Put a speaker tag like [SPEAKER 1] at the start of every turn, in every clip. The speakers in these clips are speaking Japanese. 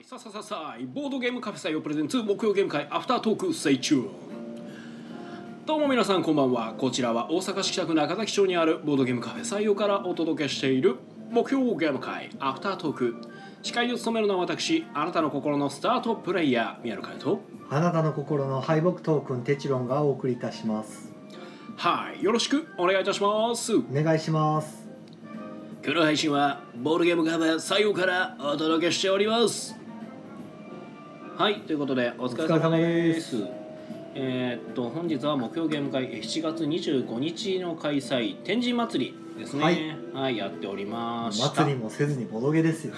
[SPEAKER 1] いさあさあさあさあいボードゲームカフェ採用プレゼンツ木曜ゲーム会アフタートーク Stay tuned どうも皆さんこんばんはこちらは大阪市北区中崎町にあるボードゲームカフェ採用からお届けしている木曜ゲーム会アフタートーク司会を務めるのは私あなたの心のスタートプレイヤー宮野海斗
[SPEAKER 2] あなたの心の敗北トークンテチロンがお送りいたします
[SPEAKER 1] はいよろしくお願いいたしますこ
[SPEAKER 2] お願いします
[SPEAKER 1] の配信はボードゲームカフェ採用からお届けしておりますはいということでお疲れ様です
[SPEAKER 2] お疲れ様
[SPEAKER 1] えーっと本日は目標ゲーム会えー7月25日の開催天神祭りですねは
[SPEAKER 2] はいい、
[SPEAKER 1] やっておりました
[SPEAKER 2] 祭りもせずにボドゲですよ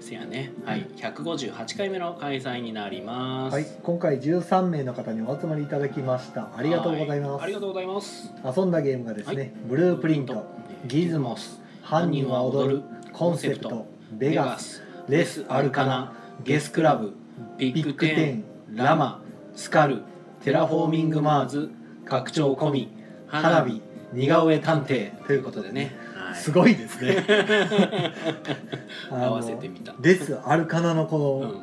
[SPEAKER 1] せやねはい158回目の開催になります
[SPEAKER 2] はい今回13名の方にお集まりいただきましたありがとうござい
[SPEAKER 1] は
[SPEAKER 2] ま
[SPEAKER 1] ありがとうございます
[SPEAKER 2] す遊んだゲームがですね、
[SPEAKER 1] はい
[SPEAKER 2] ブループリントギズモス犯人は踊るコンセプトベガスレスアルカナゲスクラブ
[SPEAKER 1] ビ
[SPEAKER 2] ビ
[SPEAKER 1] ッ
[SPEAKER 2] ッ
[SPEAKER 1] グ
[SPEAKER 2] グ
[SPEAKER 1] テ
[SPEAKER 2] テ
[SPEAKER 1] ン
[SPEAKER 2] ン
[SPEAKER 1] ラマスカルテラフォーミングマーズ拡張込み花
[SPEAKER 2] 花
[SPEAKER 1] 火
[SPEAKER 2] 火
[SPEAKER 1] 似顔絵探偵
[SPEAKER 2] ということでね、
[SPEAKER 1] はい
[SPEAKER 2] すごいですねあ の
[SPEAKER 1] 合わせてみた
[SPEAKER 2] レスアルカナの
[SPEAKER 1] う
[SPEAKER 2] こ
[SPEAKER 1] ん
[SPEAKER 2] の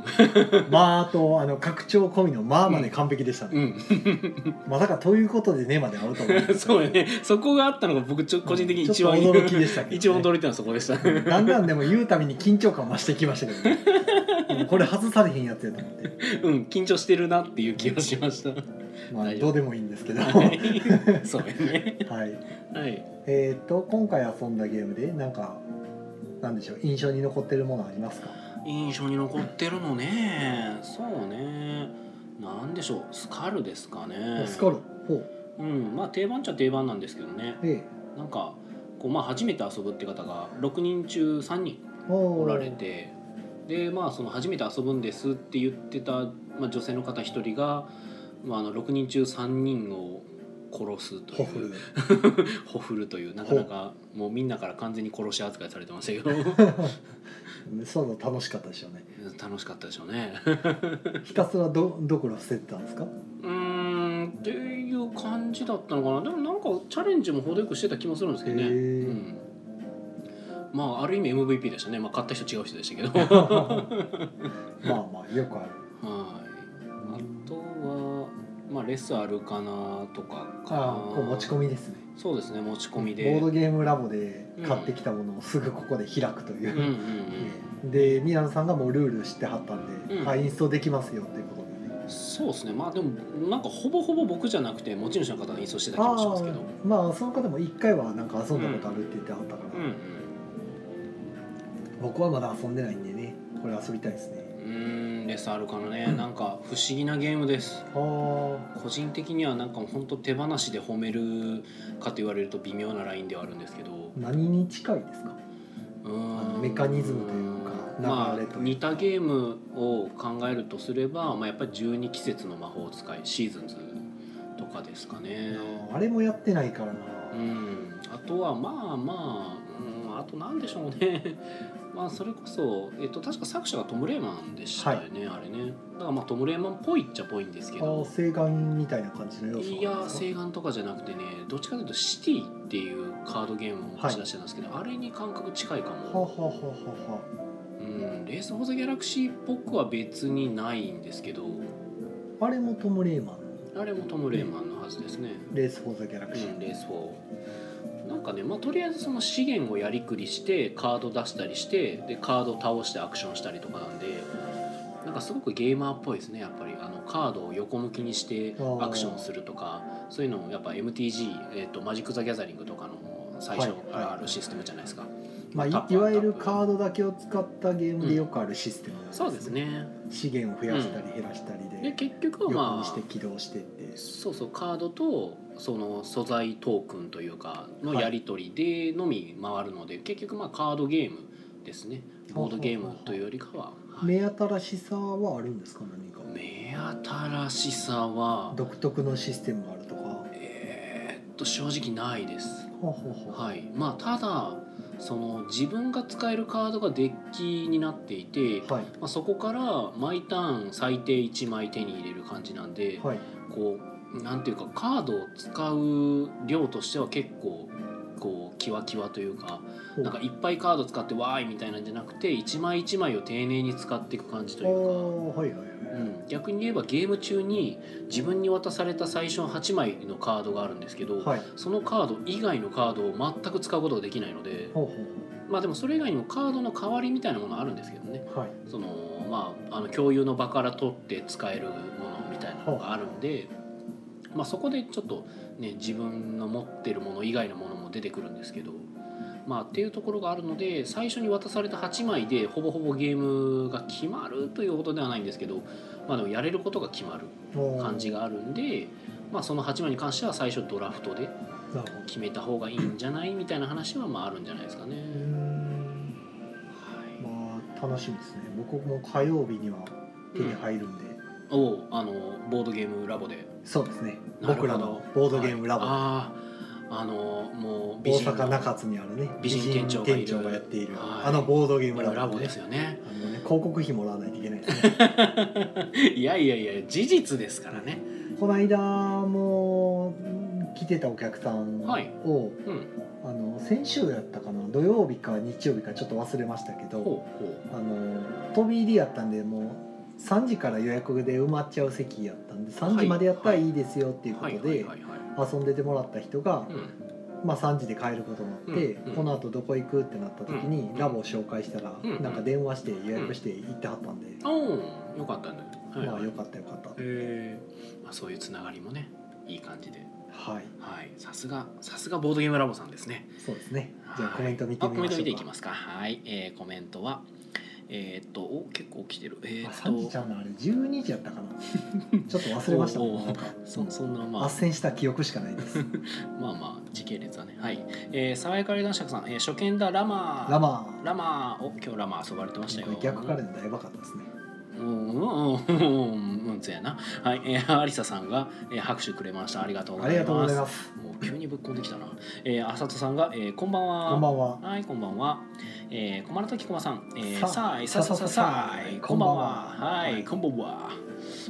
[SPEAKER 2] 「まあ」とあの拡張込みの「まあ」まで完璧でしたね、まさか「ということでね」まで合うと思
[SPEAKER 1] うん そうやねそこがあったのが僕ちょ個人的に一番
[SPEAKER 2] ちょっと驚きでしたけど ね
[SPEAKER 1] 一番驚いたのはそこでした
[SPEAKER 2] うんだんだんでも言うたびに緊張感増してきましたけどね うんこれ外されへんやつやと思って、
[SPEAKER 1] うん緊張してるなっていう気がしました
[SPEAKER 2] まあ、
[SPEAKER 1] 大丈夫
[SPEAKER 2] どうでもいいんですけどは
[SPEAKER 1] はいそうやね
[SPEAKER 2] い
[SPEAKER 1] はい
[SPEAKER 2] えっ、と今回遊んだゲームでなんかなんでしょう印象に残ってるものありますか
[SPEAKER 1] 印象に残ってるのねそうねなんでしょうスカルですかね
[SPEAKER 2] スカルほう
[SPEAKER 1] うんまあ定番っちゃ定番なんですけどね
[SPEAKER 2] え
[SPEAKER 1] なんかこうまあ初めて遊ぶって方が6人中3人
[SPEAKER 2] えお
[SPEAKER 1] お
[SPEAKER 2] ー
[SPEAKER 1] られてでまあその初めて遊ぶんですって言ってた、まあ、女性の方1人が、まあ、あの6人中3人を殺すとい
[SPEAKER 2] ほふ
[SPEAKER 1] う
[SPEAKER 2] る
[SPEAKER 1] ほふるというなかなかもうみんなから完全に殺し扱いされてましたけど
[SPEAKER 2] そうだ楽しかったでしょうね
[SPEAKER 1] 楽しかったでしょうね。
[SPEAKER 2] ひたすらどどこら伏せてたんで すか
[SPEAKER 1] うーんっていう感じだったのかなでもなんかチャレンジも程よくしてた気もするんですけどね、
[SPEAKER 2] へ
[SPEAKER 1] う
[SPEAKER 2] ー
[SPEAKER 1] ん、まあある意味 MVP でしたね、まあ、買った人違う人でしたけど はい
[SPEAKER 2] まあまあよくある
[SPEAKER 1] あとは、まあ、レスあるかなとかかな
[SPEAKER 2] ああこう持ち込みですね
[SPEAKER 1] そうですね持ち込
[SPEAKER 2] ボ
[SPEAKER 1] みで
[SPEAKER 2] ードゲームラボで買ってきたものをすぐここで開くという、
[SPEAKER 1] うんうん
[SPEAKER 2] で宮野さんがもうルール知ってはったんで、
[SPEAKER 1] うん
[SPEAKER 2] あインストできますよっていうことでね
[SPEAKER 1] うんそうですねまあでもなんかほぼほぼ僕じゃなくて持ち主の方が演奏してた気もしますけど
[SPEAKER 2] あーまあその方も1回はなんか遊んだことあるって言ってはったから、
[SPEAKER 1] うんうん
[SPEAKER 2] 僕はまだ遊んでないんでねこれ遊びたいです
[SPEAKER 1] う
[SPEAKER 2] ね
[SPEAKER 1] ーんレスあるかなねなんか不思議なゲームです
[SPEAKER 2] ああ
[SPEAKER 1] 個人的にはなんか本当手放しで褒めるかと言われると微妙なラインではあるんですけど
[SPEAKER 2] 何に近いですか
[SPEAKER 1] うー
[SPEAKER 2] あの
[SPEAKER 1] ん
[SPEAKER 2] メカニズムというか
[SPEAKER 1] まあ
[SPEAKER 2] 流れというか
[SPEAKER 1] 似たゲームを考えるとすれば、まあ、やっぱり12季節の魔法使いシーズンズとかですかね
[SPEAKER 2] あれもやってないからな、
[SPEAKER 1] うんあとはまあまあ、うん、あとなんでしょうね まあそれこそ、えっと、確か作者がトム・レーマンでしたよね、あれねだからまあトム・レーマンっぽいっちゃぽいんですけ
[SPEAKER 2] あ
[SPEAKER 1] ど
[SPEAKER 2] あ請願みたいな感じの要素
[SPEAKER 1] い
[SPEAKER 2] があ
[SPEAKER 1] や
[SPEAKER 2] るん
[SPEAKER 1] ー
[SPEAKER 2] です
[SPEAKER 1] 請願とかじゃなくてねどっちかというとシティっていうカードゲームを打ち出してたんですけど、あれに感覚近いか
[SPEAKER 2] はは
[SPEAKER 1] も、
[SPEAKER 2] はははは
[SPEAKER 1] うん、レース・オブ・ザ・ギャラクシーっぽくは別にないんですけど
[SPEAKER 2] あれもトム・レーマンの
[SPEAKER 1] あれもトム・レーマンのはずですね、
[SPEAKER 2] レース・フォー・ザ・ギャラ
[SPEAKER 1] う
[SPEAKER 2] クシー、
[SPEAKER 1] ん、レース4なんかね、まあ、とりあえずその資源をやりくりしてカード出したりしてでカード倒してアクションしたりとかなんでなんかすごくゲーマーっぽいですねやっぱりあのカードを横向きにして
[SPEAKER 2] あー
[SPEAKER 1] アクションするとかそういうのをやっぱ MTG、えー、とマジック・ザ・ギャザリングとかの最初からあるシステムじゃないですか、
[SPEAKER 2] まあ、
[SPEAKER 1] タッ
[SPEAKER 2] い
[SPEAKER 1] プ
[SPEAKER 2] いわゆる
[SPEAKER 1] タップ
[SPEAKER 2] カードだけを使ったゲームでよくあるシステムなん
[SPEAKER 1] そうですね
[SPEAKER 2] 資源を増やしたり減らしたり
[SPEAKER 1] で
[SPEAKER 2] で
[SPEAKER 1] 結局は
[SPEAKER 2] 横
[SPEAKER 1] ま
[SPEAKER 2] にして
[SPEAKER 1] あ
[SPEAKER 2] 起動してって
[SPEAKER 1] そうそうカードとその素材トークンというかのやり取りでのみ回るので、結局まあカードゲームですねボードゲームというよりかは、はい
[SPEAKER 2] 目新しさはあるんですか何か
[SPEAKER 1] 目新しさは
[SPEAKER 2] 独特のシステムがあるとかは
[SPEAKER 1] えーっと正直ないです
[SPEAKER 2] はは
[SPEAKER 1] はいまあただその自分が使えるカードがデッキになっていて、
[SPEAKER 2] はい
[SPEAKER 1] まあ、そこから毎ターン最低1枚手に入れる感じなんで、
[SPEAKER 2] はい
[SPEAKER 1] こうなんていうかカードを使う量としては結構こうキワキワというか
[SPEAKER 2] ほう
[SPEAKER 1] なんかいっぱいカード使ってわーいみたいなんじゃなくて一枚一枚を丁寧に使っていく感じというか。
[SPEAKER 2] おーはいはいはい、
[SPEAKER 1] うん、逆に言えばゲーム中に自分に渡された最初の8枚のカードがあるんですけど、
[SPEAKER 2] はい
[SPEAKER 1] そのカード以外のカードを全く使うことができないので
[SPEAKER 2] ほうほ
[SPEAKER 1] まあでもそれ以外にもカードの代わりみたいなものあるんですけどね
[SPEAKER 2] うほうはい
[SPEAKER 1] そのまああの共有の場から取って使えるものみたいなのがあるんで、まあ、そこでちょっとね自分の持ってるもの以外のものも出てくるんですけど。まあ、っていうところがあるので最初に渡された8枚でほぼほぼゲームが決まるというほどではないんですけど、まあ、でもやれることが決まる
[SPEAKER 2] おー
[SPEAKER 1] 感じがあるんで、まあ、その8枚に関しては最初ドラフトで
[SPEAKER 2] なるほど
[SPEAKER 1] 決めた方がいいんじゃないみたいな話はまああるんじゃないですかね。
[SPEAKER 2] うーん
[SPEAKER 1] はい、
[SPEAKER 2] まあ楽しみですね僕も火曜日には手に入るんで、
[SPEAKER 1] をあのボードゲームラボで
[SPEAKER 2] そうですね
[SPEAKER 1] なるほど
[SPEAKER 2] 僕らのボードゲームラボ、
[SPEAKER 1] あああのもう
[SPEAKER 2] 大
[SPEAKER 1] の
[SPEAKER 2] 阪中津にあるね
[SPEAKER 1] 美人店長がいる
[SPEAKER 2] 美人店やっている、
[SPEAKER 1] はい
[SPEAKER 2] あのボードゲームラボ,、
[SPEAKER 1] ラボですよね
[SPEAKER 2] あのね広告費もらわないといけないです ね
[SPEAKER 1] いやいやいや事実ですからね
[SPEAKER 2] この間もうん来てたお客さんを、
[SPEAKER 1] はいうん
[SPEAKER 2] あの先週やったかな土曜日か日曜日かちょっと忘れましたけど
[SPEAKER 1] ほうほ
[SPEAKER 2] あの飛び入りやったんでもう3時から予約で埋まっちゃう席やったんで3時までやったらいいですよってい
[SPEAKER 1] う
[SPEAKER 2] うこ
[SPEAKER 1] はい
[SPEAKER 2] と
[SPEAKER 1] はい
[SPEAKER 2] で
[SPEAKER 1] はいはい
[SPEAKER 2] 遊んでてもらった人が、
[SPEAKER 1] うん
[SPEAKER 2] まあ、3時で帰ることになって、
[SPEAKER 1] うんうん
[SPEAKER 2] このあとどこ行くってなった時に、
[SPEAKER 1] うん
[SPEAKER 2] ラボを紹介したら、
[SPEAKER 1] うん
[SPEAKER 2] なんか電話して予約して行ってはったんで、
[SPEAKER 1] おおよかったねはい
[SPEAKER 2] まあ
[SPEAKER 1] はい
[SPEAKER 2] よかったよかった、
[SPEAKER 1] えーまあ、そういうつながりもねいい感じで
[SPEAKER 2] はい
[SPEAKER 1] はいさすがさすがボードゲームラボさんですね
[SPEAKER 2] そうですねじゃあ
[SPEAKER 1] はい
[SPEAKER 2] コメント見てみ
[SPEAKER 1] あコメ
[SPEAKER 2] ま
[SPEAKER 1] ント
[SPEAKER 2] し
[SPEAKER 1] 見てい
[SPEAKER 2] ょ
[SPEAKER 1] うき
[SPEAKER 2] か
[SPEAKER 1] ますかはい、えー、コメントはえーっとお結構来てるえー
[SPEAKER 2] あ
[SPEAKER 1] っ
[SPEAKER 2] 3時ち
[SPEAKER 1] と
[SPEAKER 2] ゃうのあれ12時やったかな ちょっと忘れました
[SPEAKER 1] おうおう
[SPEAKER 2] なんか
[SPEAKER 1] そそんなまあ
[SPEAKER 2] 斡旋した記憶しかないです
[SPEAKER 1] まあまあ時系列はねはい、えー、爽やかり男爵さん、えー、初見だラマー
[SPEAKER 2] ラマー
[SPEAKER 1] ラマーお今日ラマー遊ばれてましたよ
[SPEAKER 2] これ逆からのだいぶかったですね
[SPEAKER 1] うんうんうんうんうんそうやなはい、えー、アリサさんが、えー、拍手くれましたありがとうご
[SPEAKER 2] あ
[SPEAKER 1] ざ
[SPEAKER 2] り
[SPEAKER 1] い
[SPEAKER 2] がとう
[SPEAKER 1] ま
[SPEAKER 2] ござ
[SPEAKER 1] す
[SPEAKER 2] います
[SPEAKER 1] もう急にぶっこんできたなえー、あさとさんが、えー、こんばんは
[SPEAKER 2] こんばんは
[SPEAKER 1] はいこんばんはえー、こまらときこまさん、えー、
[SPEAKER 2] さ
[SPEAKER 1] さあいささささあいこ
[SPEAKER 2] こ
[SPEAKER 1] ん
[SPEAKER 2] ん
[SPEAKER 1] ば
[SPEAKER 2] ば
[SPEAKER 1] ん
[SPEAKER 2] ん
[SPEAKER 1] は
[SPEAKER 2] は
[SPEAKER 1] はい、
[SPEAKER 2] はい
[SPEAKER 1] こんばんは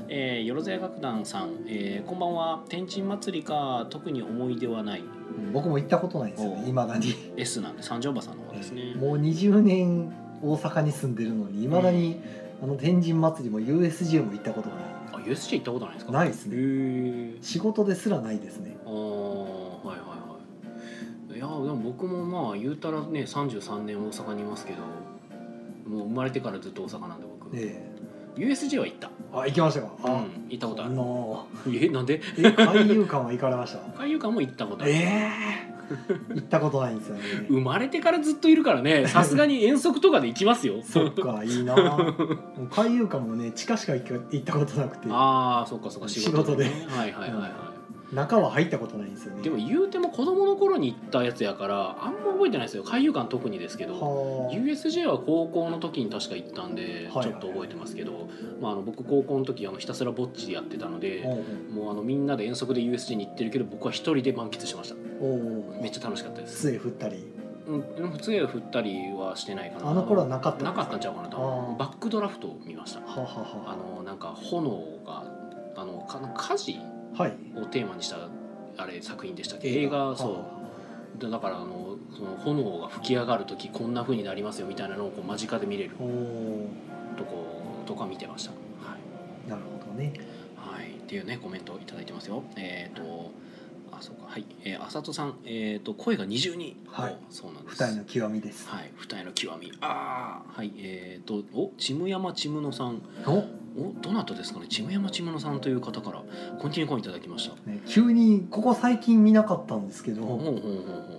[SPEAKER 1] えー、よろずや楽団さん、えー、こんばんは天神祭りか特に思い出はない
[SPEAKER 2] うん僕も行ったことないんですよ
[SPEAKER 1] おう
[SPEAKER 2] ねいまだに
[SPEAKER 1] S なんで三条馬さんの方ですね、
[SPEAKER 2] もう20年大阪に住んでるのにいまだに、あの天神祭りも USJ も行ったことがない
[SPEAKER 1] あ USJ 行ったことないですか
[SPEAKER 2] ないです
[SPEAKER 1] へ
[SPEAKER 2] ね
[SPEAKER 1] え
[SPEAKER 2] 仕事ですらないですね
[SPEAKER 1] ああはいはいはいいやでも僕もまあ言うたらね33年大阪にいますけどもう生まれてからずっと大阪なんで僕、
[SPEAKER 2] え
[SPEAKER 1] USJ は行った
[SPEAKER 2] えあ行きましたか
[SPEAKER 1] う
[SPEAKER 2] あ、
[SPEAKER 1] ん行ったことあ
[SPEAKER 2] あ
[SPEAKER 1] る
[SPEAKER 2] の
[SPEAKER 1] えなんで
[SPEAKER 2] え海遊館は行かれました
[SPEAKER 1] 海遊館も行ったことある、
[SPEAKER 2] ええ 行ったことないんです よね
[SPEAKER 1] 生まれてからずっといるからねさすがに遠足とかで行きますよ
[SPEAKER 2] そっかいいなもう海遊館もね地下しか行か行ったことなくて
[SPEAKER 1] ああそっかそっか仕事で、ね、はいはいはいはい、
[SPEAKER 2] 中は入ったことないんですよね
[SPEAKER 1] でも言うても子供の頃に行ったやつやからあんま覚えてないですよ海遊館特にですけど
[SPEAKER 2] は
[SPEAKER 1] USJ は高校の時に確か行ったんで、
[SPEAKER 2] はいはいはい
[SPEAKER 1] ちょっと覚えてますけど、まあ、あの僕高校の時あのひたすらぼっちでやってたの
[SPEAKER 2] あお
[SPEAKER 1] で、
[SPEAKER 2] う
[SPEAKER 1] もうあのみんなで遠足で USJ に行ってるけど僕は一人で満喫してました
[SPEAKER 2] おうおう
[SPEAKER 1] めっちゃ楽しかったです、
[SPEAKER 2] 杖振ったり
[SPEAKER 1] うん、普通は振ったりはしてないかな
[SPEAKER 2] あの頃はなかった
[SPEAKER 1] なかったん
[SPEAKER 2] ん
[SPEAKER 1] ち
[SPEAKER 2] です
[SPEAKER 1] ゃうかなと
[SPEAKER 2] あー
[SPEAKER 1] バックドラフトを見ました
[SPEAKER 2] ははは
[SPEAKER 1] あのなんか炎があのか火事
[SPEAKER 2] はい
[SPEAKER 1] をテーマにしたあれ作品でしたっけ
[SPEAKER 2] 映
[SPEAKER 1] 映
[SPEAKER 2] 画
[SPEAKER 1] 画そうでだからあのその炎が吹き上がる時こんな風になりますよみたいなのをこう間近で見れる
[SPEAKER 2] おお
[SPEAKER 1] とことか見てました。はい、
[SPEAKER 2] なるほどね
[SPEAKER 1] はい、っていうねコメントをいただいてますよ。えっ、とあそうかはい、えー、あさとさんえっ、と声が二重に、
[SPEAKER 2] はい
[SPEAKER 1] おそうなんです。
[SPEAKER 2] 二重の極みです
[SPEAKER 1] はい二重の極みああはいえっ、とおちむやまちむのさん
[SPEAKER 2] お
[SPEAKER 1] おどなたですかねちむやまちむのさんという方からコンティニューコインいただきました。
[SPEAKER 2] ね急にここ最近見なかったんですけ
[SPEAKER 1] ほう
[SPEAKER 2] ど
[SPEAKER 1] ほうほう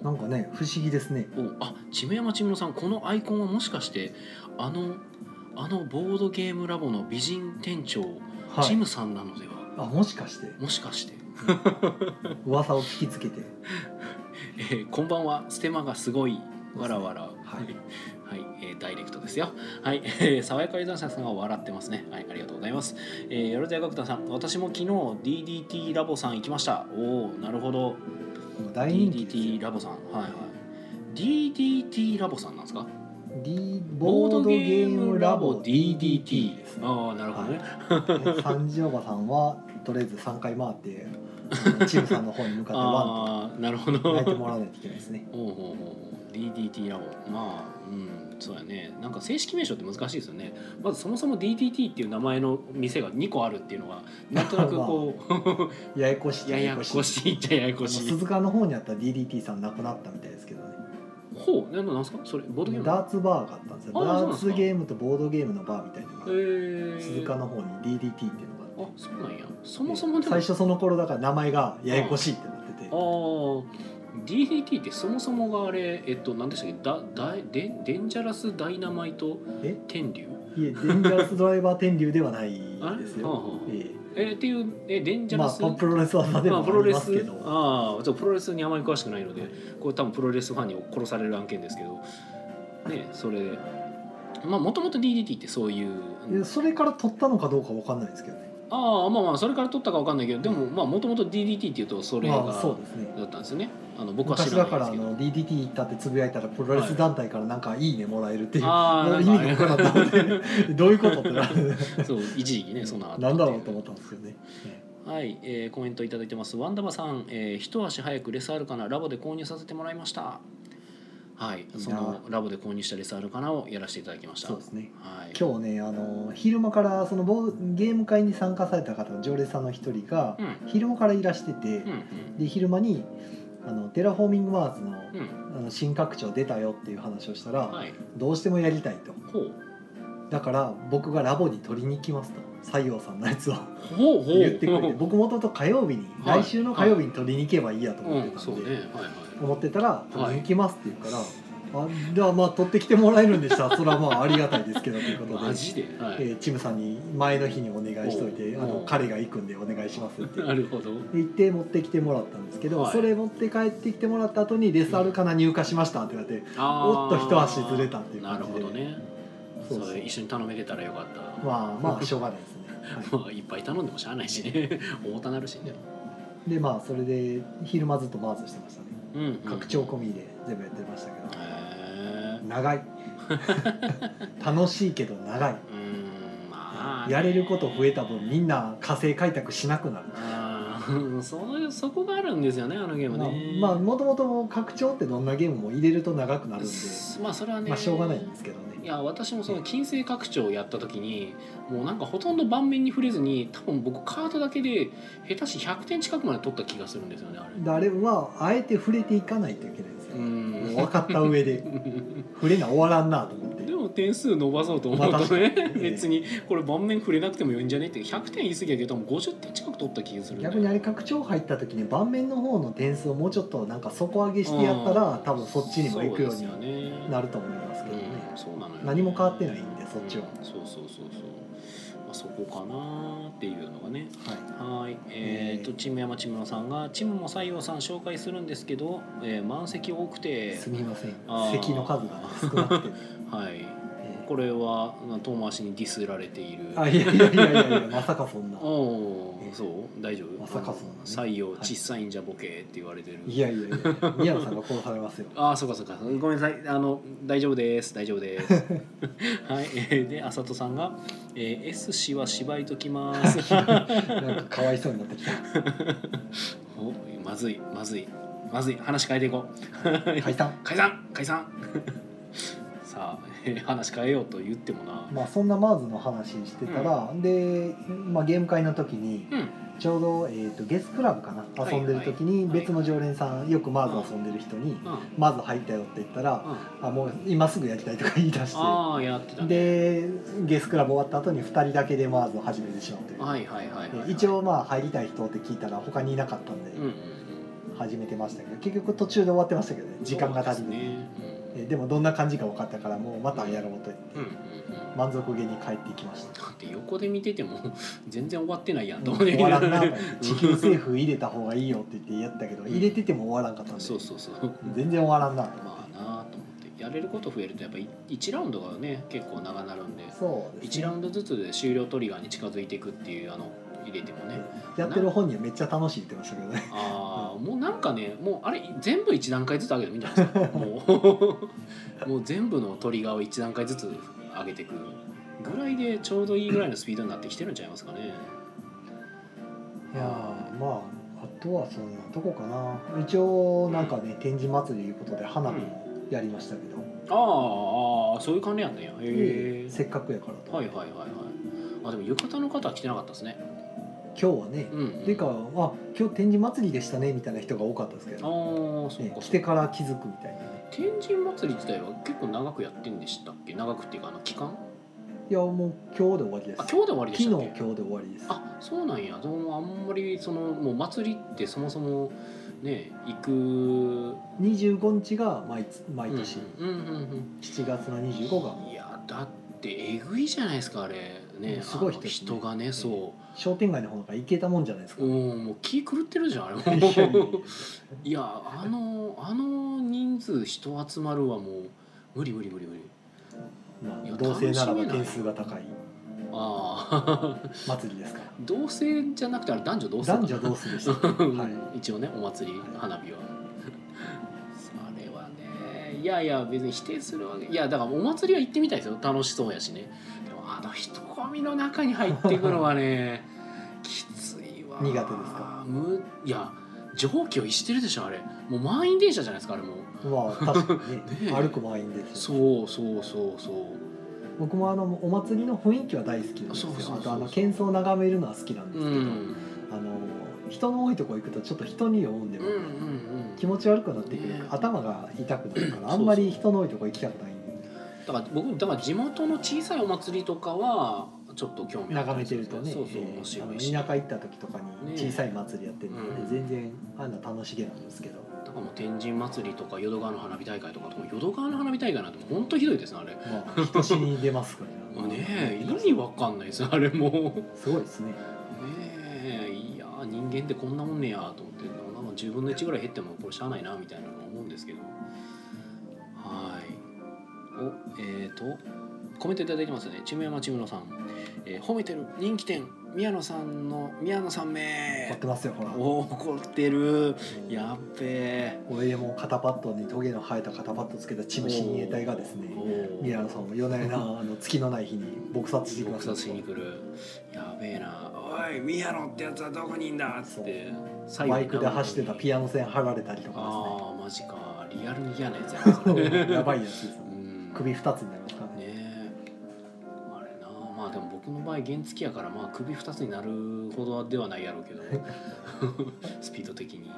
[SPEAKER 1] ほ
[SPEAKER 2] なんかね不思議ですね
[SPEAKER 1] うおあちむやまちむのさんこのアイコンはもしかしてあのあのボードゲームラボの美人店長、
[SPEAKER 2] は
[SPEAKER 1] チ
[SPEAKER 2] い
[SPEAKER 1] ムさんなのでは
[SPEAKER 2] あもしかして
[SPEAKER 1] もしかして
[SPEAKER 2] 噂を聞きつけて
[SPEAKER 1] えーこんばんは、ステマがすごい。わらわら。
[SPEAKER 2] はい
[SPEAKER 1] はい、えーダイレクトですよ。はい、えー、爽やかり男爵さんが笑ってますね。はい、ありがとうございます。えー、よろずやがくたさん、私も昨日 DDT ラボさん行きました。おお、なるほど。
[SPEAKER 2] もう大人気です
[SPEAKER 1] DDT ラボさん。はいはい。DDT ラボさんなんですか
[SPEAKER 2] D ボードゲームラボ DDT ですね
[SPEAKER 1] ああなるほどね、
[SPEAKER 2] で三次おばさんはとりあえず3回回ってあのチームさんの方に向かってワン
[SPEAKER 1] あ あなるほど
[SPEAKER 2] と泣いてもらわないといけないですね
[SPEAKER 1] おうおうおう DDT ラボまあうんそうやねなんか正式名称って難しいですよねまずそもそも DDT っていう名前の店が2個あるっていうのがなんとなくこう、
[SPEAKER 2] ややこしい
[SPEAKER 1] ややこしいっちゃややこしい
[SPEAKER 2] 鈴鹿の方にあった DDT さんなくなったみたいですけどね
[SPEAKER 1] ほうななんですかそれボードゲーム
[SPEAKER 2] ダーツバーがあったんですよ
[SPEAKER 1] あ
[SPEAKER 2] ダ
[SPEAKER 1] そうなんで
[SPEAKER 2] ー
[SPEAKER 1] す
[SPEAKER 2] ツ
[SPEAKER 1] か
[SPEAKER 2] ゲームとボードゲームのバーみたいなの
[SPEAKER 1] え
[SPEAKER 2] が、
[SPEAKER 1] ー、
[SPEAKER 2] 鈴鹿の方に DDT っていうのがあって
[SPEAKER 1] あそうなんやそもそもでも
[SPEAKER 2] 最初その頃だから名前がややこしいってなってて、
[SPEAKER 1] あー DDT ってそもそもがあれえっと何でしたっけだだデンデンジャラスダイナマイト
[SPEAKER 2] え
[SPEAKER 1] 天竜
[SPEAKER 2] いえデンジャラスドライバー天竜ではない
[SPEAKER 1] あれ
[SPEAKER 2] です
[SPEAKER 1] はあ
[SPEAKER 2] よ
[SPEAKER 1] はあ、
[SPEAKER 2] え
[SPEAKER 1] えっていうえデンジャ
[SPEAKER 2] えま
[SPEAKER 1] ラ
[SPEAKER 2] あ
[SPEAKER 1] ス、
[SPEAKER 2] パプロレス技 で
[SPEAKER 1] まあ
[SPEAKER 2] もあ
[SPEAKER 1] プロ
[SPEAKER 2] り
[SPEAKER 1] レ
[SPEAKER 2] ます
[SPEAKER 1] ス
[SPEAKER 2] けど、
[SPEAKER 1] ああそうプロレスにあまり詳しくないので、
[SPEAKER 2] はい
[SPEAKER 1] これ多分プロレスファンに殺される案件ですけどねそれでまあもともと DDT ってそういう
[SPEAKER 2] えそれから取ったのかどうかわかんないですけどね
[SPEAKER 1] ああまあまあそれから取ったかわかんないけどでもまあもともと DDT っていうとそれが
[SPEAKER 2] まあそうですね
[SPEAKER 1] だったんですよねあの僕は知
[SPEAKER 2] 昔
[SPEAKER 1] ら
[SPEAKER 2] だ
[SPEAKER 1] ない
[SPEAKER 2] か
[SPEAKER 1] で
[SPEAKER 2] ら
[SPEAKER 1] す
[SPEAKER 2] あ
[SPEAKER 1] けど
[SPEAKER 2] の DDT 行ったってつぶやいたらプロレス団体からなんか「いいね」もらえるっていう、
[SPEAKER 1] あー
[SPEAKER 2] 意
[SPEAKER 1] なんか
[SPEAKER 2] 味が分からなくなったので どういうことってなる
[SPEAKER 1] そう一時期ねそんなのあった
[SPEAKER 2] なんだろ うと
[SPEAKER 1] ってい
[SPEAKER 2] 思ったんですけどね
[SPEAKER 1] はい、えーコメントいただいてますワンダバさん、えー一足早くレスアルカナラボで購入させてもらいましたはい
[SPEAKER 2] な
[SPEAKER 1] そのラボで購入したレスアルカナをやらせていただきました
[SPEAKER 2] そうですね
[SPEAKER 1] はい、
[SPEAKER 2] 今日ねあの昼間からそのボーゲーム会に参加された方常連さんの一人が
[SPEAKER 1] うん
[SPEAKER 2] 昼間からいらしてて、
[SPEAKER 1] うん
[SPEAKER 2] で昼間にあのテラフォーミングワーズの
[SPEAKER 1] うんうん
[SPEAKER 2] あの新拡張出たよっていう話をしたら、
[SPEAKER 1] はい
[SPEAKER 2] どうしてもやりたいと
[SPEAKER 1] ほう
[SPEAKER 2] だから僕がラボに取りに行きますと西洋さんのやつを
[SPEAKER 1] ほうほう
[SPEAKER 2] 言ってくれて僕もともと火曜日に、
[SPEAKER 1] はい
[SPEAKER 2] 来週の火曜日に取りに行けばいいやと思って
[SPEAKER 1] うん
[SPEAKER 2] た
[SPEAKER 1] そうんね
[SPEAKER 2] で、
[SPEAKER 1] はいはい
[SPEAKER 2] 思ってたら取りに行きますって言うから、あじゃあまあ取ってきてもらえるんでしたらそれはまあありがたいですけどということで
[SPEAKER 1] マ。ジで、は
[SPEAKER 2] え
[SPEAKER 1] い
[SPEAKER 2] ーチムさんに前の日にお願いしといて「
[SPEAKER 1] お
[SPEAKER 2] あ
[SPEAKER 1] うお
[SPEAKER 2] の
[SPEAKER 1] う
[SPEAKER 2] 彼が行くんでお願いします」って
[SPEAKER 1] なるほど
[SPEAKER 2] で行って持ってきてもらったんですけど、
[SPEAKER 1] はい
[SPEAKER 2] それ持って帰ってきてもらった後にレスアルカナ入荷しましたってなって、
[SPEAKER 1] あー
[SPEAKER 2] おっと一足ずれたっていう
[SPEAKER 1] な
[SPEAKER 2] 感
[SPEAKER 1] る
[SPEAKER 2] じで
[SPEAKER 1] ほどねそ
[SPEAKER 2] そううそう
[SPEAKER 1] 一緒に頼めてたらよかった
[SPEAKER 2] まあまあしょうがないですね、は
[SPEAKER 1] まあいっぱい頼んでもしゃあない しね重たなるしね、
[SPEAKER 2] い、でまあそれで昼間ずっとバーズしてましたね
[SPEAKER 1] うんうん
[SPEAKER 2] 拡張込みで全部やってましたけど、
[SPEAKER 1] へー
[SPEAKER 2] 長い 楽しいけど長いう
[SPEAKER 1] ーんまあね
[SPEAKER 2] やれること増えた分みんな火星開拓しなくなる
[SPEAKER 1] あーそういうそこがあるんですよねあのゲームね
[SPEAKER 2] まあもともと拡張ってどんなゲームも入れると長くなるんで、
[SPEAKER 1] まあそれはね
[SPEAKER 2] まあしょうがないんですけどね
[SPEAKER 1] いや私もその金星拡張をやった時にもうなんかほとんど盤面に触れずに多分僕カードだけで下手し100点近くまで取った気がするんですよねあれ
[SPEAKER 2] あれはあえて触れていかないといけないですよ、
[SPEAKER 1] う
[SPEAKER 2] もうん分かった上で触れな終わらんなと思って
[SPEAKER 1] でも点数伸ばそうと思うと
[SPEAKER 2] まあ確か
[SPEAKER 1] ね
[SPEAKER 2] にね
[SPEAKER 1] 別にこれ盤面触れなくてもいいんじゃねって100点言い過ぎやけど多分50点近く取った気がするんだよ
[SPEAKER 2] 逆にあれ拡張入った時に盤面の方の点数をもうちょっとなんか底上げしてやったら多分そっちにも行くように
[SPEAKER 1] そですよね
[SPEAKER 2] なると思いますけどね
[SPEAKER 1] うん、そうなのよ
[SPEAKER 2] 何も変わってないんでそっちは、
[SPEAKER 1] うんそうそうそうそう、まあ、そこかなっていうのがね
[SPEAKER 2] はい
[SPEAKER 1] はいえー、と
[SPEAKER 2] ね
[SPEAKER 1] チーム山チーム野さんが「チームも採用さん紹介するんですけど、えー満席多くて
[SPEAKER 2] すみません
[SPEAKER 1] あー
[SPEAKER 2] 席の数が少なくて、
[SPEAKER 1] はい
[SPEAKER 2] え
[SPEAKER 1] これはな遠回しにディスられている
[SPEAKER 2] ーあいやいやいやいやいやまさかそんな
[SPEAKER 1] おお
[SPEAKER 2] え
[SPEAKER 1] ー
[SPEAKER 2] え
[SPEAKER 1] そう大丈夫
[SPEAKER 2] まさかそんなね
[SPEAKER 1] あの採用
[SPEAKER 2] はい
[SPEAKER 1] 小さいんじゃボケ」って言われてる
[SPEAKER 2] いやいやいや宮野さんが殺されます よ
[SPEAKER 1] ああそうかそうかごめんなさいあの大丈夫です大丈夫です はい、 えーであさとさんが、えー S 氏は芝居ときます」
[SPEAKER 2] なんかかわいそうになってきた
[SPEAKER 1] おまずいまずいまずい話変えていこう
[SPEAKER 2] 解散
[SPEAKER 1] 解散解散 さあ、えー話変えようと言ってもな
[SPEAKER 2] まあそんなマーズの話してたら、で、まあ、ゲーム会の時に
[SPEAKER 1] うん
[SPEAKER 2] ちょうど、えー、とゲスクラブかな
[SPEAKER 1] はい
[SPEAKER 2] 遊んでる時に
[SPEAKER 1] はい
[SPEAKER 2] 別の常連さんよくマーズ遊んでる人に
[SPEAKER 1] うん
[SPEAKER 2] 「マーズ入ったよ」って言ったら
[SPEAKER 1] うん
[SPEAKER 2] 「あもう今すぐやりたい」とか言い出して
[SPEAKER 1] ああやってたね
[SPEAKER 2] でゲスクラブ終わった後に2人だけでマーズを始めてしまうという、
[SPEAKER 1] はいはいはい、はい、
[SPEAKER 2] で一応まあ入りたい人って聞いたら他にいなかったん
[SPEAKER 1] うんうんう
[SPEAKER 2] で
[SPEAKER 1] ん
[SPEAKER 2] 始めてましたけど結局途中で終わってましたけどね時間が足
[SPEAKER 1] そ
[SPEAKER 2] り
[SPEAKER 1] う
[SPEAKER 2] ず
[SPEAKER 1] です
[SPEAKER 2] に
[SPEAKER 1] ね
[SPEAKER 2] えで,、もどんな感じか分かったからもうまたやろうと言って、
[SPEAKER 1] うんうんうんうん
[SPEAKER 2] 満足げに帰っていきました
[SPEAKER 1] だって横で見てても全然終わってないやんと思って
[SPEAKER 2] 終わらんなと思って地球政府入れた方がいいよって言ってやったけど
[SPEAKER 1] ん
[SPEAKER 2] 入れてても終わらんかったんで
[SPEAKER 1] そうそうそう
[SPEAKER 2] 全然終わらんなと
[SPEAKER 1] まあなあと思ってやれること増えるとやっぱ1ラウンドがね結構長なるんで
[SPEAKER 2] そうです
[SPEAKER 1] 1ラウンドずつで終了トリガーに近づいていくっていうあの入れてもね
[SPEAKER 2] やってる本人はめっちゃ楽しいって言ってましたけどね
[SPEAKER 1] ああもうなんかねもうあれ全部一段階ずつ上げてもいいんじゃないです かもうもう全部のトリガーを一段階ずつ上げていくぐらいでちょうどいいぐらいのスピードになってきてるんちゃいますかね
[SPEAKER 2] いやーまああとはそんなとこかな一応なんかね展示祭りいうことで花火もやりましたけど、
[SPEAKER 1] あーあーそういう関連やったんやへ
[SPEAKER 2] せっかくやから
[SPEAKER 1] え
[SPEAKER 2] と、
[SPEAKER 1] はいはいはいはいあでも浴衣の方は来てなかったですね
[SPEAKER 2] 今日はね、
[SPEAKER 1] うん
[SPEAKER 2] っていうかあ今日展示祭りでしたねみたいな人が多かったですけ
[SPEAKER 1] ああ
[SPEAKER 2] ど、
[SPEAKER 1] そう
[SPEAKER 2] ね
[SPEAKER 1] か、
[SPEAKER 2] 来
[SPEAKER 1] そ
[SPEAKER 2] て
[SPEAKER 1] うか
[SPEAKER 2] から気づくみたいなね
[SPEAKER 1] 天神祭り自体は結構長くやってんでしたっけ長くっていうかあの期間
[SPEAKER 2] いやもう今日で終わりです
[SPEAKER 1] あ今日で終わりでしたっ
[SPEAKER 2] 昨
[SPEAKER 1] け
[SPEAKER 2] 日今日で終わりです
[SPEAKER 1] あそうなんやでもあんまりそのもう祭りってそもそもね行く
[SPEAKER 2] 25日が毎つ毎年、
[SPEAKER 1] うんうんうん
[SPEAKER 2] 7月の25が
[SPEAKER 1] うんいやだってえぐいじゃないですかあれね
[SPEAKER 2] すごい
[SPEAKER 1] あの
[SPEAKER 2] 人ですね
[SPEAKER 1] 人がねそ
[SPEAKER 2] 商店街の方なんか行けたもんじゃないですか、
[SPEAKER 1] う、うん、もう気狂ってるじゃんあ れも
[SPEAKER 2] いやいやいや
[SPEAKER 1] いやあのあの人数人集まるはもう無理無理無理無理
[SPEAKER 2] ま
[SPEAKER 1] い
[SPEAKER 2] あ
[SPEAKER 1] や
[SPEAKER 2] 同性ならば
[SPEAKER 1] 楽しめない
[SPEAKER 2] 点数が高い
[SPEAKER 1] ああ
[SPEAKER 2] 祭りですから
[SPEAKER 1] 同性じゃなくてあれ男女同性
[SPEAKER 2] 男女同数でした、は
[SPEAKER 1] 一応ねお祭り花火はあれはねいやいや別に否定するわけいやだからお祭りは行ってみたいですよ楽しそうやしねでもあの人混みの中に入っていくのはね きついわ
[SPEAKER 2] 苦手ですか
[SPEAKER 1] むいや上気を逸してるでしょあれもう満員電車じゃないですかあれも
[SPEAKER 2] い、まあ確かに ね
[SPEAKER 1] ねえ
[SPEAKER 2] 歩く満員です
[SPEAKER 1] そ
[SPEAKER 2] よ
[SPEAKER 1] うそうそうそう
[SPEAKER 2] 僕もあのお祭りの雰囲気は大好きなんです
[SPEAKER 1] そうそうそ
[SPEAKER 2] よ
[SPEAKER 1] う
[SPEAKER 2] あとあの喧騒を眺めるのは好きなんで
[SPEAKER 1] う
[SPEAKER 2] す
[SPEAKER 1] ん
[SPEAKER 2] け
[SPEAKER 1] う
[SPEAKER 2] ど、
[SPEAKER 1] ん
[SPEAKER 2] あの人の多いとこ行くとちょっと人に読んで
[SPEAKER 1] うん
[SPEAKER 2] も、
[SPEAKER 1] うん
[SPEAKER 2] 気持ち悪くなってくる、
[SPEAKER 1] ね
[SPEAKER 2] 頭が痛くなるか
[SPEAKER 1] そう
[SPEAKER 2] ら
[SPEAKER 1] そう
[SPEAKER 2] あんまり人の多いとこ行きたくないんで
[SPEAKER 1] だから僕だから地元の小さいお祭りとかはちょっと興味あった
[SPEAKER 2] 眺
[SPEAKER 1] り
[SPEAKER 2] め
[SPEAKER 1] す
[SPEAKER 2] て
[SPEAKER 1] る
[SPEAKER 2] るとね
[SPEAKER 1] そうそう
[SPEAKER 2] えー
[SPEAKER 1] 面
[SPEAKER 2] あ
[SPEAKER 1] 白
[SPEAKER 2] の
[SPEAKER 1] い
[SPEAKER 2] 田
[SPEAKER 1] し
[SPEAKER 2] 舎行った時とかに小さい祭りやってるので、
[SPEAKER 1] ね
[SPEAKER 2] 全然あんな楽しげなんですけど、
[SPEAKER 1] だからもう天神祭りとか淀川の花火大会とか淀川の花火大会なんて本当ひどいですねあれ。
[SPEAKER 2] まあ人死に出ま すから
[SPEAKER 1] ねえ意味わかんないですあれもう。ね
[SPEAKER 2] すごいですね
[SPEAKER 1] えいや人間ってこんなもんねやと思ってなんか10分の1ぐらい減ってもこれしゃあないなみたいなのは思うんですけどはいおえー、とコメントいただいてますねちむやまちむのさん、えー褒めてる人気店宮野さんの宮野さん
[SPEAKER 2] 怒っ
[SPEAKER 1] め
[SPEAKER 2] てますよほら
[SPEAKER 1] お怒ってるやっべえ
[SPEAKER 2] 俺でも肩パッドにトゲの生えた肩パッドつけたチーム親衛隊がですね
[SPEAKER 1] お
[SPEAKER 2] 宮野さんも夜な夜なあの月のない日に撲殺してきま
[SPEAKER 1] 撲
[SPEAKER 2] すよ
[SPEAKER 1] 殺しに来るやべえな「おい宮野ってやつはどこにいんだ」っつって最後
[SPEAKER 2] バ
[SPEAKER 1] に
[SPEAKER 2] イクで走ってたピアノ線張られたりとか
[SPEAKER 1] ああマジかリアルに嫌なやつや
[SPEAKER 2] です
[SPEAKER 1] ね
[SPEAKER 2] ねやばいやつです
[SPEAKER 1] う、んね
[SPEAKER 2] 首二つになりますからね
[SPEAKER 1] えあれなまあでも僕の場合原付やからまあ首二つになるほどではないやろうけど スピード的に、は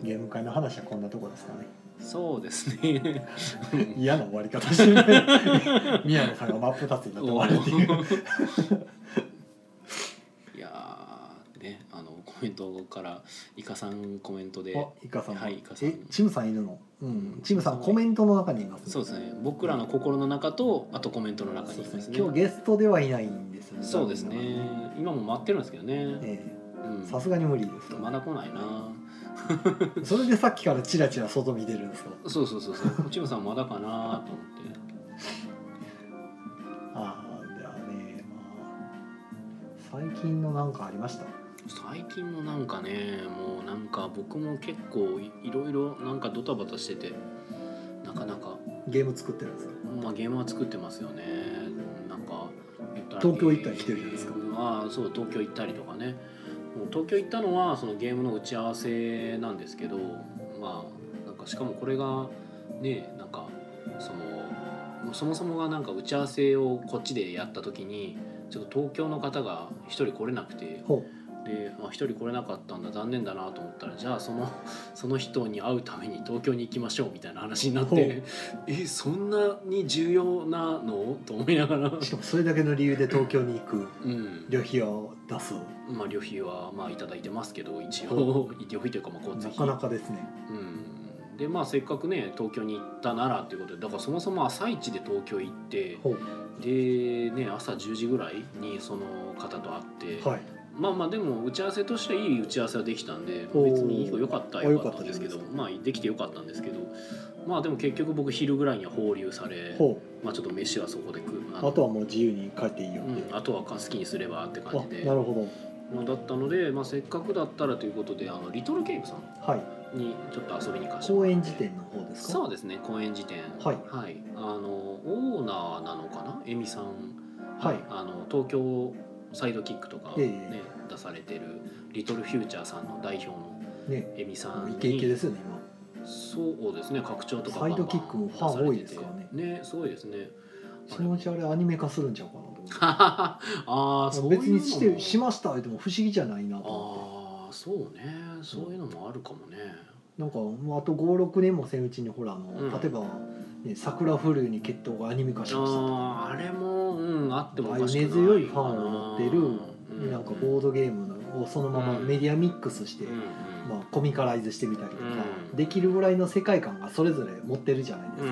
[SPEAKER 1] い、
[SPEAKER 2] ゲーム会の話はこんなとこですかね
[SPEAKER 1] そうです ねうん
[SPEAKER 2] 嫌な終わり方 してる宮野さんが真っ二つになって終わるって いう
[SPEAKER 1] いやーねあのコメントからイカさんコメントで
[SPEAKER 2] あイカさんも
[SPEAKER 1] はいイカさん
[SPEAKER 2] えチムさんいるのうんチムさ
[SPEAKER 1] そ
[SPEAKER 2] ん
[SPEAKER 1] う
[SPEAKER 2] コメントの中にいますね
[SPEAKER 1] そうですね僕らの心の中とあとコメントの中にい
[SPEAKER 2] そう
[SPEAKER 1] ま
[SPEAKER 2] ですす
[SPEAKER 1] ね
[SPEAKER 2] ね今日ゲストではいないんですよね
[SPEAKER 1] そうですね
[SPEAKER 2] 残念ながら
[SPEAKER 1] 今も待ってるんですけどね、
[SPEAKER 2] え
[SPEAKER 1] うん
[SPEAKER 2] え、さすがに無理ですよ
[SPEAKER 1] まだ来ないな
[SPEAKER 2] それでさっきからチラチラ外見てるんですよ
[SPEAKER 1] そうそうそう そうチムさんまだかなと思って
[SPEAKER 2] ああではねまあ最近のなんかありました
[SPEAKER 1] 最近もなんかねもうなんか僕も結構いいろいろなんかドタバタしててなかなか
[SPEAKER 2] ゲーム作ってるんですか
[SPEAKER 1] まあゲームは作ってますよねなんか言ったら
[SPEAKER 2] 東京行ったり来てるじゃないですか
[SPEAKER 1] ゲームはそう東京行ったりとかねもう東京行ったのはそのゲームの打ち合わせなんですけどまあなんかしかもこれがねなんかそのもうそもそもがなんか打ち合わせをこっちでやった時にちょっと東京の方が一人来れなくて
[SPEAKER 2] ほ
[SPEAKER 1] でまあ、1人来れなかったんだ残念だなと思ったらじゃあその その人に会うために東京に行きましょうみたいな話になっ
[SPEAKER 2] ほ
[SPEAKER 1] て
[SPEAKER 2] う
[SPEAKER 1] えそんなに重要なのと思いながら、
[SPEAKER 2] うしかもそれだけの理由で東京に行く
[SPEAKER 1] うん
[SPEAKER 2] 旅費を出す
[SPEAKER 1] まあ、旅費はまあいただいてますけど一応 旅費というかまあ交通
[SPEAKER 2] な
[SPEAKER 1] 費
[SPEAKER 2] かなかですね
[SPEAKER 1] うん、でまあせっかくね東京に行ったならということでだからそもそも朝一で東京行って
[SPEAKER 2] ほう
[SPEAKER 1] で、ね、朝10時ぐらいにその方と会って。
[SPEAKER 2] はい
[SPEAKER 1] まあまあでも打ち合わせとしていい打ち合わせはできたんで
[SPEAKER 2] おー
[SPEAKER 1] 別に良かった
[SPEAKER 2] あ
[SPEAKER 1] は良かったんですけ
[SPEAKER 2] 良
[SPEAKER 1] ど
[SPEAKER 2] かった
[SPEAKER 1] まあできて良かったんですけどまあでも結局僕昼ぐらいには放流され
[SPEAKER 2] ほ
[SPEAKER 1] まあちょっと飯はそこで食う
[SPEAKER 2] う
[SPEAKER 1] あ
[SPEAKER 2] あとはもう自由に帰っていいよって、
[SPEAKER 1] うん、あとは好きにすればって感
[SPEAKER 2] あ
[SPEAKER 1] じで
[SPEAKER 2] なるほ
[SPEAKER 1] まあ、だったので、まあ、せっかくだったらということであのリトルケイブさん
[SPEAKER 2] どはい
[SPEAKER 1] にちょっと遊びに貸してもらって
[SPEAKER 2] 公園時点の方ですか
[SPEAKER 1] そうですね公園時点
[SPEAKER 2] はい
[SPEAKER 1] あのオーナーなのかなえみさん
[SPEAKER 2] はい
[SPEAKER 1] あの東京サイドキックとか、
[SPEAKER 2] ええ
[SPEAKER 1] ね出されてるリトルフューチャーさんの代表の
[SPEAKER 2] ね
[SPEAKER 1] えみさんに
[SPEAKER 2] イケイケですよね
[SPEAKER 1] そうですね拡張とか
[SPEAKER 2] サイドキック
[SPEAKER 1] バンバン
[SPEAKER 2] ファン多いですから
[SPEAKER 1] 出
[SPEAKER 2] ね
[SPEAKER 1] されててねすごいですね
[SPEAKER 2] 今そのうちあれアニメ化するんちゃうかなと思って
[SPEAKER 1] ああーそういうのも
[SPEAKER 2] 別にしてしました言っても不思議じゃないなと思っ
[SPEAKER 1] ああそうねそういうのもあるかもね、
[SPEAKER 2] てなんかもうあと56年もせんうちにほらあの、
[SPEAKER 1] うん
[SPEAKER 2] 例えば、ね「桜降るように決闘」がアニメ化しましたとか
[SPEAKER 1] あーあれも、うん、あってもお
[SPEAKER 2] あ
[SPEAKER 1] か
[SPEAKER 2] 根
[SPEAKER 1] しくない
[SPEAKER 2] 強いファンを持ってる
[SPEAKER 1] うん
[SPEAKER 2] なんかボードゲームをそのままメディアミックスして、
[SPEAKER 1] うんうん
[SPEAKER 2] まあ、コミカライズしてみたりとか、
[SPEAKER 1] うん
[SPEAKER 2] できるぐらいの世界観がそれぞれ持ってるじゃないで
[SPEAKER 1] うん
[SPEAKER 2] す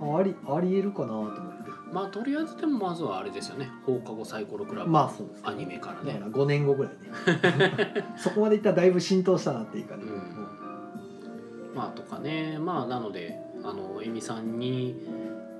[SPEAKER 1] うん
[SPEAKER 2] か、あありありえるかなと思って
[SPEAKER 1] うんまあとりあえずでもまずはあれですよね放課後サイコロクラブ、
[SPEAKER 2] まあそうですね
[SPEAKER 1] アニメから
[SPEAKER 2] だ
[SPEAKER 1] ね
[SPEAKER 2] から5年後ぐらいね そこまでいったらだいぶ浸透したなっていう感じ、
[SPEAKER 1] うん
[SPEAKER 2] も
[SPEAKER 1] まあとかねまあなのであのえみさんに、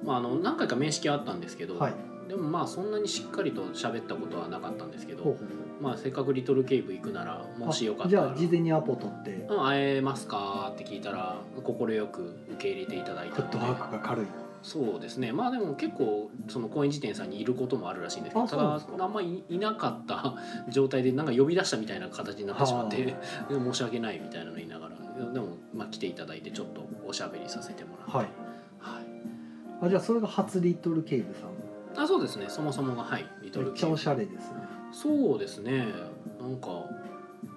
[SPEAKER 1] まあ、あの何回か面識あったんですけど、
[SPEAKER 2] うはい
[SPEAKER 1] でもまあそんなにしっかりと喋ったことはなかったんですけ
[SPEAKER 2] ほう
[SPEAKER 1] ど、
[SPEAKER 2] ほう
[SPEAKER 1] まあ、せっかくリトルケイブ行くならもしよか
[SPEAKER 2] あ
[SPEAKER 1] っ
[SPEAKER 2] じ
[SPEAKER 1] たら
[SPEAKER 2] ゃあ事前にアポ取って
[SPEAKER 1] うん会えますか?」って聞いたら快く受け入れていただい
[SPEAKER 2] フ
[SPEAKER 1] た
[SPEAKER 2] ッ
[SPEAKER 1] の
[SPEAKER 2] ト
[SPEAKER 1] で
[SPEAKER 2] ワークが軽い
[SPEAKER 1] そうですねまあでも結構その公園辞典さんにいることもあるらしいんですけど
[SPEAKER 2] あ
[SPEAKER 1] た
[SPEAKER 2] そうなん
[SPEAKER 1] だ
[SPEAKER 2] ですか
[SPEAKER 1] あんまりいなかった状態でなんか呼び出したみたいな形になってしまって申し訳ないみたいなの言いながらでも、まあ、来ていただいてちょっとおしゃべりさせてもらって、
[SPEAKER 2] はい
[SPEAKER 1] はい
[SPEAKER 2] あじゃあそれが初リトルケイブさん
[SPEAKER 1] あそうですねそもそもがはいリト
[SPEAKER 2] め
[SPEAKER 1] ル
[SPEAKER 2] っちゃおし
[SPEAKER 1] ゃ
[SPEAKER 2] ゃれですね
[SPEAKER 1] そうですねなんか、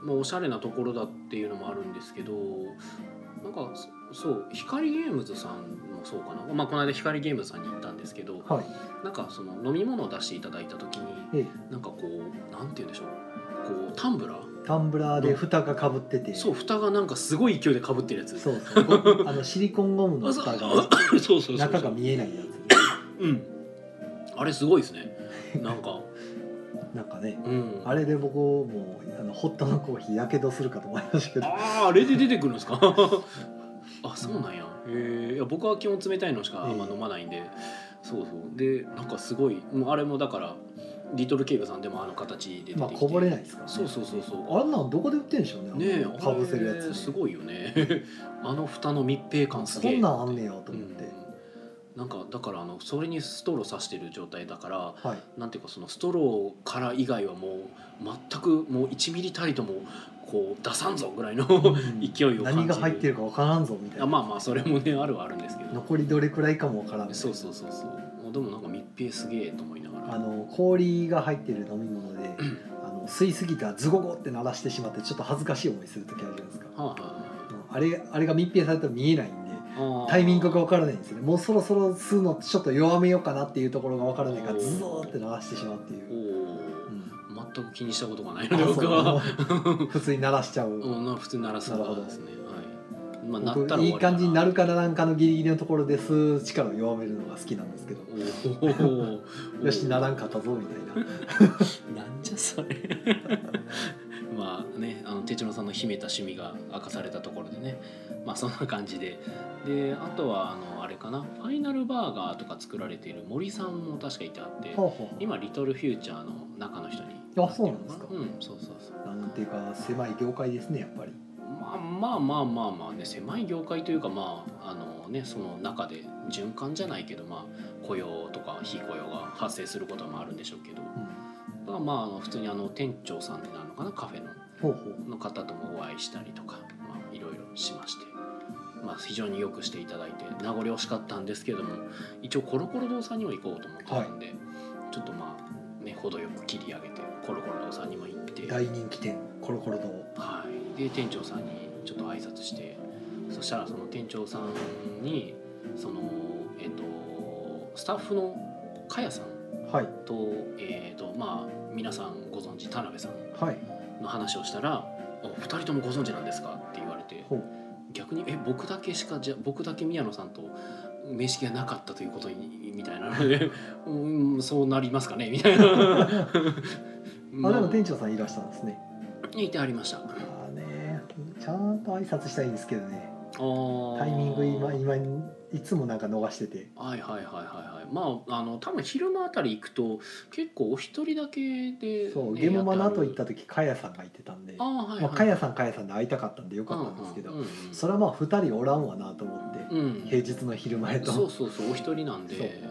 [SPEAKER 1] まあ、おしゃれなところだっていうのもあるんですけどなんかそそう光ゲームズさんもそうかな、まあ、この間光ゲームズさんに行ったんですけど、
[SPEAKER 2] はい
[SPEAKER 1] なんかその飲み物を出していただいた時に
[SPEAKER 2] ええ
[SPEAKER 1] なんかこうなんて言うんでしょうこうタンブラー
[SPEAKER 2] タンブラーで蓋がかぶってて、
[SPEAKER 1] そう蓋がなんかすごい勢いでかぶってるやつ
[SPEAKER 2] そうそうご あのシリコンゴムの
[SPEAKER 1] あそう
[SPEAKER 2] 蓋
[SPEAKER 1] そう
[SPEAKER 2] が
[SPEAKER 1] そうそうそう
[SPEAKER 2] 中が見えないや
[SPEAKER 1] うんあれすごいですねなんか
[SPEAKER 2] つなんかね
[SPEAKER 1] うん
[SPEAKER 2] あれで僕もうあのホットのコーヒーやけどするかと思いましたけど
[SPEAKER 1] あーあれで出てくるんですか あそうなんやへーいや僕は基本冷たいのしかあんま飲まないんで、そうそうでなんかすごいもうあれもだからリトルケイブさんでもあの形で出てきて、
[SPEAKER 2] まあこぼれないですから、ね、
[SPEAKER 1] そうそうそうそう
[SPEAKER 2] あんなんどこで売ってんでしょうね
[SPEAKER 1] ねえ
[SPEAKER 2] あのかぶせるや
[SPEAKER 1] あ
[SPEAKER 2] つ、
[SPEAKER 1] れすごいよね あの蓋の密閉感すげ
[SPEAKER 2] こ
[SPEAKER 1] え
[SPEAKER 2] んなんあんねやと
[SPEAKER 1] う
[SPEAKER 2] 思っ
[SPEAKER 1] ん
[SPEAKER 2] て、
[SPEAKER 1] なんかだからあのそれにストローさしてる状態だから
[SPEAKER 2] はい
[SPEAKER 1] なんていうかそのストローから以外はもう全くもう1ミリたりともこう出さんぞぐらいの 勢いを感じる
[SPEAKER 2] 何が入ってるかわからんぞみた
[SPEAKER 1] あ
[SPEAKER 2] いな、
[SPEAKER 1] まあまあそれもねあるはあるんですけど
[SPEAKER 2] 残りどれくらいかもわからん
[SPEAKER 1] そうそうそうそうでもなんか密閉すげえと思いながら
[SPEAKER 2] あの氷が入ってる飲み物で、あの吸いすぎたらズゴゴって鳴らしてしまってちょっと恥ずかしい思いする時あるじゃないですか
[SPEAKER 1] はあは
[SPEAKER 2] あれあれが密閉されたら見えないんで
[SPEAKER 1] あはああ
[SPEAKER 2] タイミングがわからないんですよねもうそろそろ吸うのちょっと弱めようかなっていうところがわからないからズゾーって鳴らしてしまうってい
[SPEAKER 1] お
[SPEAKER 2] う、う
[SPEAKER 1] お
[SPEAKER 2] ん、
[SPEAKER 1] 全く気にしたことがないの
[SPEAKER 2] あ
[SPEAKER 1] で
[SPEAKER 2] そう
[SPEAKER 1] 僕は
[SPEAKER 2] 普通に鳴らしちゃう、
[SPEAKER 1] うんな普通に鳴らす側ですねはいまあ鳴ったら
[SPEAKER 2] い
[SPEAKER 1] 終
[SPEAKER 2] い
[SPEAKER 1] わりだ
[SPEAKER 2] 感じになるかななんかのギリギリのところで吸う力を弱めるのが好きなんですけど
[SPEAKER 1] おー
[SPEAKER 2] よしならんかったぞみたいな
[SPEAKER 1] なんじゃそれ まあねあの哲郎さんの秘めた趣味が明かされたところでねまあそんな感じでであとはあのあれかなファイナルバーガーとか作られている森さんも確かいてあって
[SPEAKER 2] ほうほう
[SPEAKER 1] 今リトルフューチャーの中の人に
[SPEAKER 2] あそうなんですか
[SPEAKER 1] うんそうそうそう
[SPEAKER 2] なんていうか狭い業界ですねやっぱり
[SPEAKER 1] まあまあまあまあまあね狭い業界というかまああのねその中で循環じゃないけどまあ雇用とか非雇用が発生することもあるんでしょうけど
[SPEAKER 2] うん
[SPEAKER 1] まあまああの普通にあの店長さんになるのかなカフェの
[SPEAKER 2] ほうほう
[SPEAKER 1] の方ともお会いしたりとかまあいろいろしまして。まあ、非常によくしていただいて名残惜しかったんですけども一応コロコロ堂さんにも行こうと思ってたんで、ちょっとまあね程よく切り上げてコロコロ堂さんにも行って
[SPEAKER 2] 大人気店コロコロ堂
[SPEAKER 1] はい、で店長さんにちょっと挨拶してそしたらその店長さんにそのえっ、とスタッフのかやさん
[SPEAKER 2] はい
[SPEAKER 1] と,、えっとまあ、皆さんご存知田辺さん
[SPEAKER 2] はい
[SPEAKER 1] の話をしたら「お二人ともご存知なんですか?」って言われて
[SPEAKER 2] ほう
[SPEAKER 1] 逆に「え僕だけしかじゃ僕だけ宮野さんと面識がなかったという ことに」みたいなので「うんそうなりますかね」みたいな。
[SPEAKER 2] あでも店長さんいらしたんですね
[SPEAKER 1] いてありましたあ
[SPEAKER 2] まあねちゃんと挨拶したいんですけどね
[SPEAKER 1] ー
[SPEAKER 2] タイミング今今いつもなんか逃してて
[SPEAKER 1] はいはいはいはいはいまああの多分昼間あたり行くと結構お一人だけで、
[SPEAKER 2] そうゲモマナと行った
[SPEAKER 1] 時
[SPEAKER 2] 時かやさんがいてたんで
[SPEAKER 1] あーはいはい、
[SPEAKER 2] まあ、かやさんかやさんで会いたかったんでよかったんですけど、
[SPEAKER 1] うんうん
[SPEAKER 2] それはまあ2人おらんわなと思って、
[SPEAKER 1] うん
[SPEAKER 2] 平日の昼前と
[SPEAKER 1] そうそうそうお一人なんで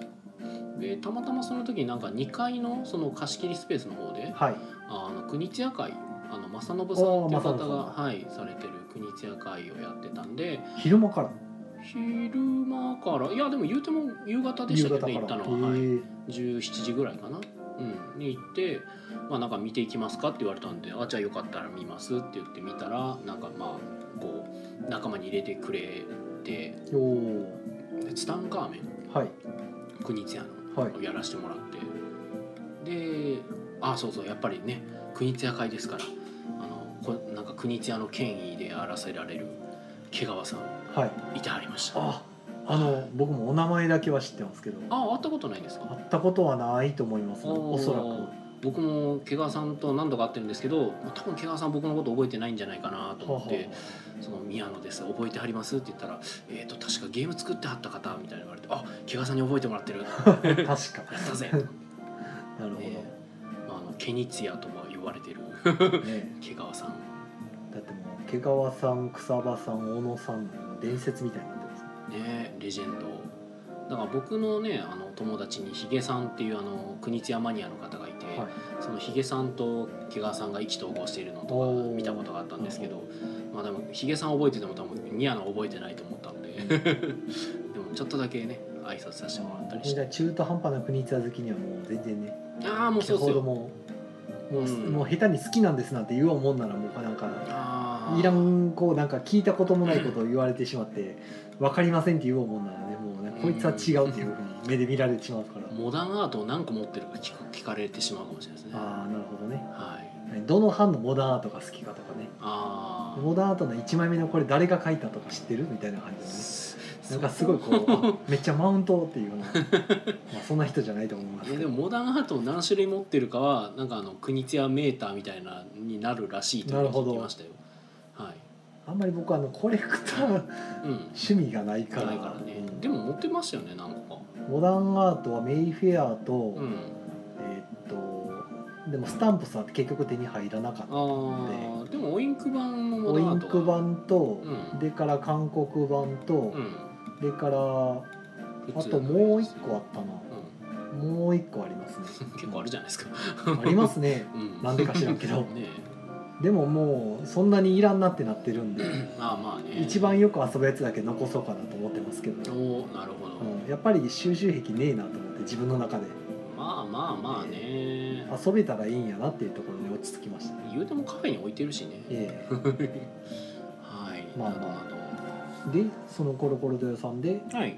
[SPEAKER 1] でたまたまその時になんか2階のその貸し切りスペースの方で
[SPEAKER 2] はい
[SPEAKER 1] あの国津屋会あの正信さんっていう方
[SPEAKER 2] あー正信さん
[SPEAKER 1] がはい、されてる国津屋会をやってたんで
[SPEAKER 2] 昼間から
[SPEAKER 1] 昼間からいやでも言うても夕方でし
[SPEAKER 2] 夕
[SPEAKER 1] たけどね
[SPEAKER 2] 方か
[SPEAKER 1] 行った
[SPEAKER 2] ら、
[SPEAKER 1] の
[SPEAKER 2] え
[SPEAKER 1] は、はい、
[SPEAKER 2] ー
[SPEAKER 1] 17時ぐらいかな、うん、に行って、まあ、なんか見ていきますかって言われたんで「あじゃあよかったら見ます」って言って見たらなんかまあこう仲間に入れてくれて
[SPEAKER 2] おー
[SPEAKER 1] でツタンカーメン
[SPEAKER 2] はい
[SPEAKER 1] 国津屋の。
[SPEAKER 2] はい
[SPEAKER 1] やらせてもらってであそうそうやっぱりね国津屋会ですからあのこなんか国津屋の権威で荒らせられる毛川さん
[SPEAKER 2] はい
[SPEAKER 1] いてはりましたあ
[SPEAKER 2] ああの僕もお名前だけは知ってますけど
[SPEAKER 1] あ会ったことないですか
[SPEAKER 2] 会ったことはないと思いますねおそら
[SPEAKER 1] おー
[SPEAKER 2] く
[SPEAKER 1] 僕も毛川さんと何度か会ってるんですけど多分毛川さん僕のこと覚えてないんじゃないかなと
[SPEAKER 2] は
[SPEAKER 1] 思って「その宮野です覚えてはります?」って言ったら「えっ、と確かゲーム作ってはった方」みたいに言われて「あ毛川さんに覚えてもらってる」
[SPEAKER 2] は確か
[SPEAKER 1] やった ぜ、
[SPEAKER 2] なるほど、
[SPEAKER 1] ね
[SPEAKER 2] ね
[SPEAKER 1] まあ、あのケニツヤとも呼ばれて る毛川さん
[SPEAKER 2] だってもう毛川さん草場さん小野さんの伝説みたいになってますね
[SPEAKER 1] ねレジェンドだから僕のねあの友達にヒゲさんっていうあの国津屋マニアの方がいて、
[SPEAKER 2] はい
[SPEAKER 1] そのヒゲさんと毛川さんが意気投合しているのとか
[SPEAKER 2] おー
[SPEAKER 1] 見たことがあったんですけどまあでもヒゲさん覚えてても多分ニアの覚えてないと思った んででもちょっとだけね挨拶させてもらったりし
[SPEAKER 2] みん
[SPEAKER 1] て
[SPEAKER 2] な中途半端な国津屋好きにはもう全然ね
[SPEAKER 1] ああもう
[SPEAKER 2] 先
[SPEAKER 1] そうっす
[SPEAKER 2] ほど
[SPEAKER 1] よ
[SPEAKER 2] もも
[SPEAKER 1] う
[SPEAKER 2] う,、
[SPEAKER 1] ん
[SPEAKER 2] もう下手に好きなんですなんて言おうもんならもうなんか
[SPEAKER 1] あー
[SPEAKER 2] いらんこうなんか聞いたこともないことを言われてしまって分かりませんって言おうもんならねもうねこいつは違うっていうふうに目で見られてしまうから
[SPEAKER 1] モダンアートを何個持ってるか聞か聞かれてしまうかもしれないですね
[SPEAKER 2] ああなるほどね
[SPEAKER 1] はい
[SPEAKER 2] どの班のモダンアートが好きかとかね
[SPEAKER 1] あ
[SPEAKER 2] モダンアートの1枚目のこれ誰が描いたとか知ってるみたいな感じでね
[SPEAKER 1] あ
[SPEAKER 2] なんかすごいこうめっちゃマウントっていうような まあそんな人じゃないと思います
[SPEAKER 1] いやで
[SPEAKER 2] けど
[SPEAKER 1] もモダンアートを何種類持ってるかはなんかあの国津屋メーターみたいなになるらしいというのを聞きましたよ。はい。
[SPEAKER 2] あんまり僕はあのコレクター
[SPEAKER 1] うん。
[SPEAKER 2] 趣味がないから
[SPEAKER 1] ないからね
[SPEAKER 2] う。ん
[SPEAKER 1] でも持ってましたよね何個か。
[SPEAKER 2] モダンアートはメイフェアと、
[SPEAKER 1] うん。
[SPEAKER 2] えーっとでもスタンプさんって結局手に入らなかった
[SPEAKER 1] ああでもオインク版のモ
[SPEAKER 2] オ
[SPEAKER 1] ダン
[SPEAKER 2] イ
[SPEAKER 1] ア
[SPEAKER 2] ン
[SPEAKER 1] ート
[SPEAKER 2] ク
[SPEAKER 1] は。
[SPEAKER 2] 版と、
[SPEAKER 1] うん
[SPEAKER 2] でから韓国版と、
[SPEAKER 1] うん。
[SPEAKER 2] でからあともう一個あった
[SPEAKER 1] う
[SPEAKER 2] なもう一個ありますね
[SPEAKER 1] ん。 結構あるじゃないですか。
[SPEAKER 2] ありますね
[SPEAKER 1] うん。
[SPEAKER 2] なんでか知らんけど
[SPEAKER 1] ね
[SPEAKER 2] でももうそんなにいらんなってなってるんで
[SPEAKER 1] え。まあまあね。
[SPEAKER 2] 一番よく遊ぶやつだけ残そうかなと思ってますけど、
[SPEAKER 1] おおなるほど。
[SPEAKER 2] うん、やっぱり収集癖ねえなと思って自分の中で
[SPEAKER 1] まあまあまあね。
[SPEAKER 2] 遊べたらいいんやなっていうところに落ち着きましたね
[SPEAKER 1] 言うてもカフェに置いてるしね。
[SPEAKER 2] え
[SPEAKER 1] はい。
[SPEAKER 2] まあ
[SPEAKER 1] など
[SPEAKER 2] まあ
[SPEAKER 1] な
[SPEAKER 2] えでそのコロコロ土屋さんで
[SPEAKER 1] ど。はい。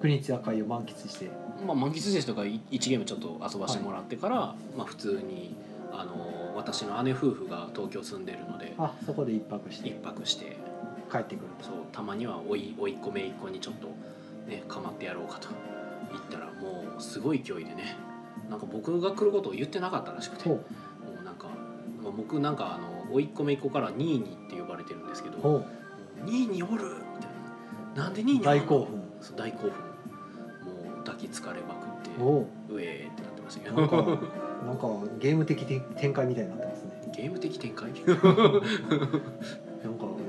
[SPEAKER 2] 国津屋会を満喫して
[SPEAKER 1] まあ、満喫寿司とかい1ゲームちょっと遊ばしてもらってから、まあ、普通にあの私の姉夫婦が東京住んでるので
[SPEAKER 2] あそこで一泊して
[SPEAKER 1] 一泊して
[SPEAKER 2] 帰ってくる
[SPEAKER 1] そうたまにはおいおいっ子めいっ子にちょっとねかまってやろうかと言ったらもうすごい勢いでねなんか僕が来ることを言ってなかったらしくて
[SPEAKER 2] と
[SPEAKER 1] もうなんかまあ僕なんかあのおいっ子めいっ子から「ニーニー」って呼ばれてるんですけど
[SPEAKER 2] ほ
[SPEAKER 1] 「ニーニーおる!」みたいな「なんでニーニ
[SPEAKER 2] う
[SPEAKER 1] ーおる
[SPEAKER 2] 大
[SPEAKER 1] の
[SPEAKER 2] 興奮
[SPEAKER 1] そう大興奮もう抱きつかれまくって
[SPEAKER 2] おう
[SPEAKER 1] うえーってなってましたけ
[SPEAKER 2] なんか
[SPEAKER 1] ど
[SPEAKER 2] なんかゲーム的て展開みたいになってますね
[SPEAKER 1] ゲーム的展開
[SPEAKER 2] なんか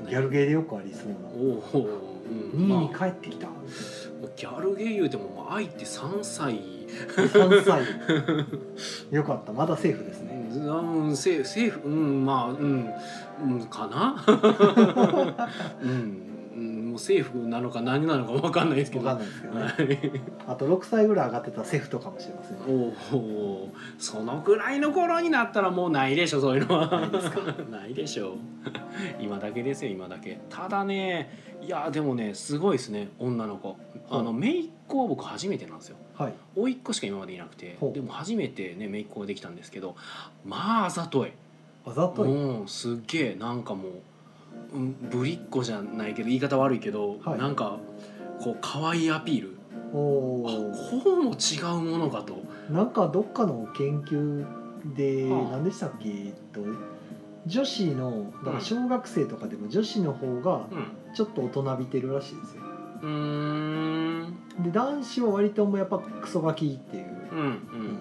[SPEAKER 2] ギャルゲーでよくありそうな
[SPEAKER 1] おお、うん
[SPEAKER 2] 2位に
[SPEAKER 1] ま
[SPEAKER 2] 帰ってきた
[SPEAKER 1] あ、もうギャルゲー言うてももう愛って3歳
[SPEAKER 2] 3歳 よかったまだセーフです
[SPEAKER 1] う
[SPEAKER 2] ね
[SPEAKER 1] んうんセーフセーフうんまあうん、うん、か なうんうんもうセーフなのか何なのか分かんないですけ
[SPEAKER 2] わ
[SPEAKER 1] ど
[SPEAKER 2] かんないです
[SPEAKER 1] は
[SPEAKER 2] けどね
[SPEAKER 1] い
[SPEAKER 2] あと6歳ぐらい上がってたセーフとかもしれません
[SPEAKER 1] おおそのぐらいの頃になったらもうないでしょそういうのは
[SPEAKER 2] ないですか
[SPEAKER 1] ないでしょう今だけですよ今だけただねいやでもねすごいですね女の子あの
[SPEAKER 2] ほう
[SPEAKER 1] 姪っ子は僕初めてなんですよ
[SPEAKER 2] はい
[SPEAKER 1] 甥っ子しか今までいなくて
[SPEAKER 2] ほう
[SPEAKER 1] でも初めてね姪っ子ができたんですけどまああざとい
[SPEAKER 2] あざとい
[SPEAKER 1] うんすっげえなんかもう、うん、ぶりっ子じゃないけど言い方悪いけど、
[SPEAKER 2] はい
[SPEAKER 1] なんかこう可愛いアピール
[SPEAKER 2] お
[SPEAKER 1] あ
[SPEAKER 2] お
[SPEAKER 1] こうも違うものかと。
[SPEAKER 2] なんかどっかの研究で、
[SPEAKER 1] はあ
[SPEAKER 2] 何でしたっけえっと女子のだから小学生とかでも女子の方が
[SPEAKER 1] うん
[SPEAKER 2] ちょっと大人びてるらしいですよ
[SPEAKER 1] うーん
[SPEAKER 2] で男子は割ともうやっぱクソガキっていう
[SPEAKER 1] う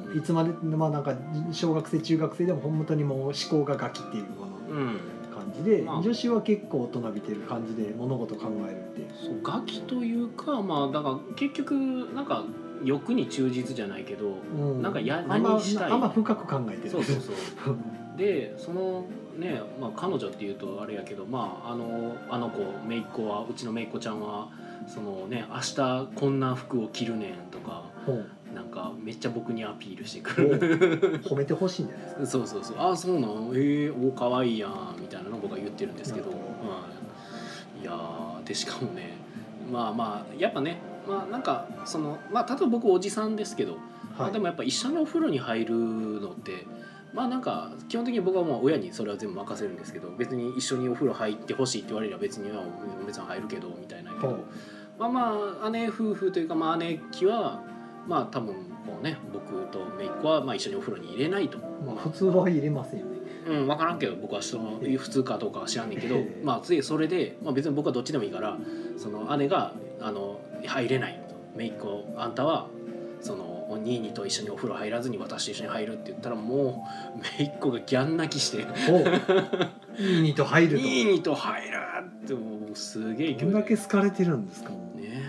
[SPEAKER 1] んう、ん
[SPEAKER 2] いつまでまあなんか小学生中学生でも本当にもう思考がガキっていうよう
[SPEAKER 1] うん
[SPEAKER 2] な感じで、
[SPEAKER 1] まあ
[SPEAKER 2] 女子は結構大人びてる感じで物事考えるっていう
[SPEAKER 1] そうガキというかまあだから結局なんか欲に忠実じゃないけど、
[SPEAKER 2] う
[SPEAKER 1] なんかや
[SPEAKER 2] あんま
[SPEAKER 1] 何したい
[SPEAKER 2] あんま深く考えてる
[SPEAKER 1] そうそうそう
[SPEAKER 2] うん
[SPEAKER 1] でそのね、まあ、彼女っていうとあれやけど、まあ、あのあの子姪っ子はうちの姪っ子ちゃんはそのね明日こんな服を着るねんとか
[SPEAKER 2] うん
[SPEAKER 1] なんかめっちゃ僕にアピールしてくる
[SPEAKER 2] 褒めてほしいんじゃないですか
[SPEAKER 1] そうそうそうああそうなのええお可愛いやんみたいなのを僕は言ってるんですけど、
[SPEAKER 2] なるほ
[SPEAKER 1] うん、いやーでしかもねまあまあやっぱねまあなんかそのまあ例えば僕おじさんですけどまあ、でもやっぱ一緒にお風呂に入るのってまあなんか基本的に僕はもう親にそれは全部任せるんですけど別に一緒にお風呂入ってほしいって言われれば別には別に入るけどみたいなけ
[SPEAKER 2] は
[SPEAKER 1] どまあまあ姉夫婦というかまあ姉貴はまあ多分こうね僕と姪っ子はまあ一緒にお風呂に入れないと。
[SPEAKER 2] まあ、普通は入れませんよね
[SPEAKER 1] うん、分からんけど僕はその
[SPEAKER 2] ええ
[SPEAKER 1] 普通かどうかは知らんねんけど
[SPEAKER 2] ええ
[SPEAKER 1] まあついそれで、まあ、別に僕はどっちでもいいからその姉があの入れないと姪っ子あんたはそのお兄にと一緒にお風呂入らずに私と一緒に入るって言ったらもう姪っ子がギャン泣きして
[SPEAKER 2] おいいにと入
[SPEAKER 1] 「
[SPEAKER 2] ると
[SPEAKER 1] 兄にと入る!」ってもうすげえ
[SPEAKER 2] どん
[SPEAKER 1] 勢い
[SPEAKER 2] だけ
[SPEAKER 1] で
[SPEAKER 2] 好かれてるんですかもう
[SPEAKER 1] ね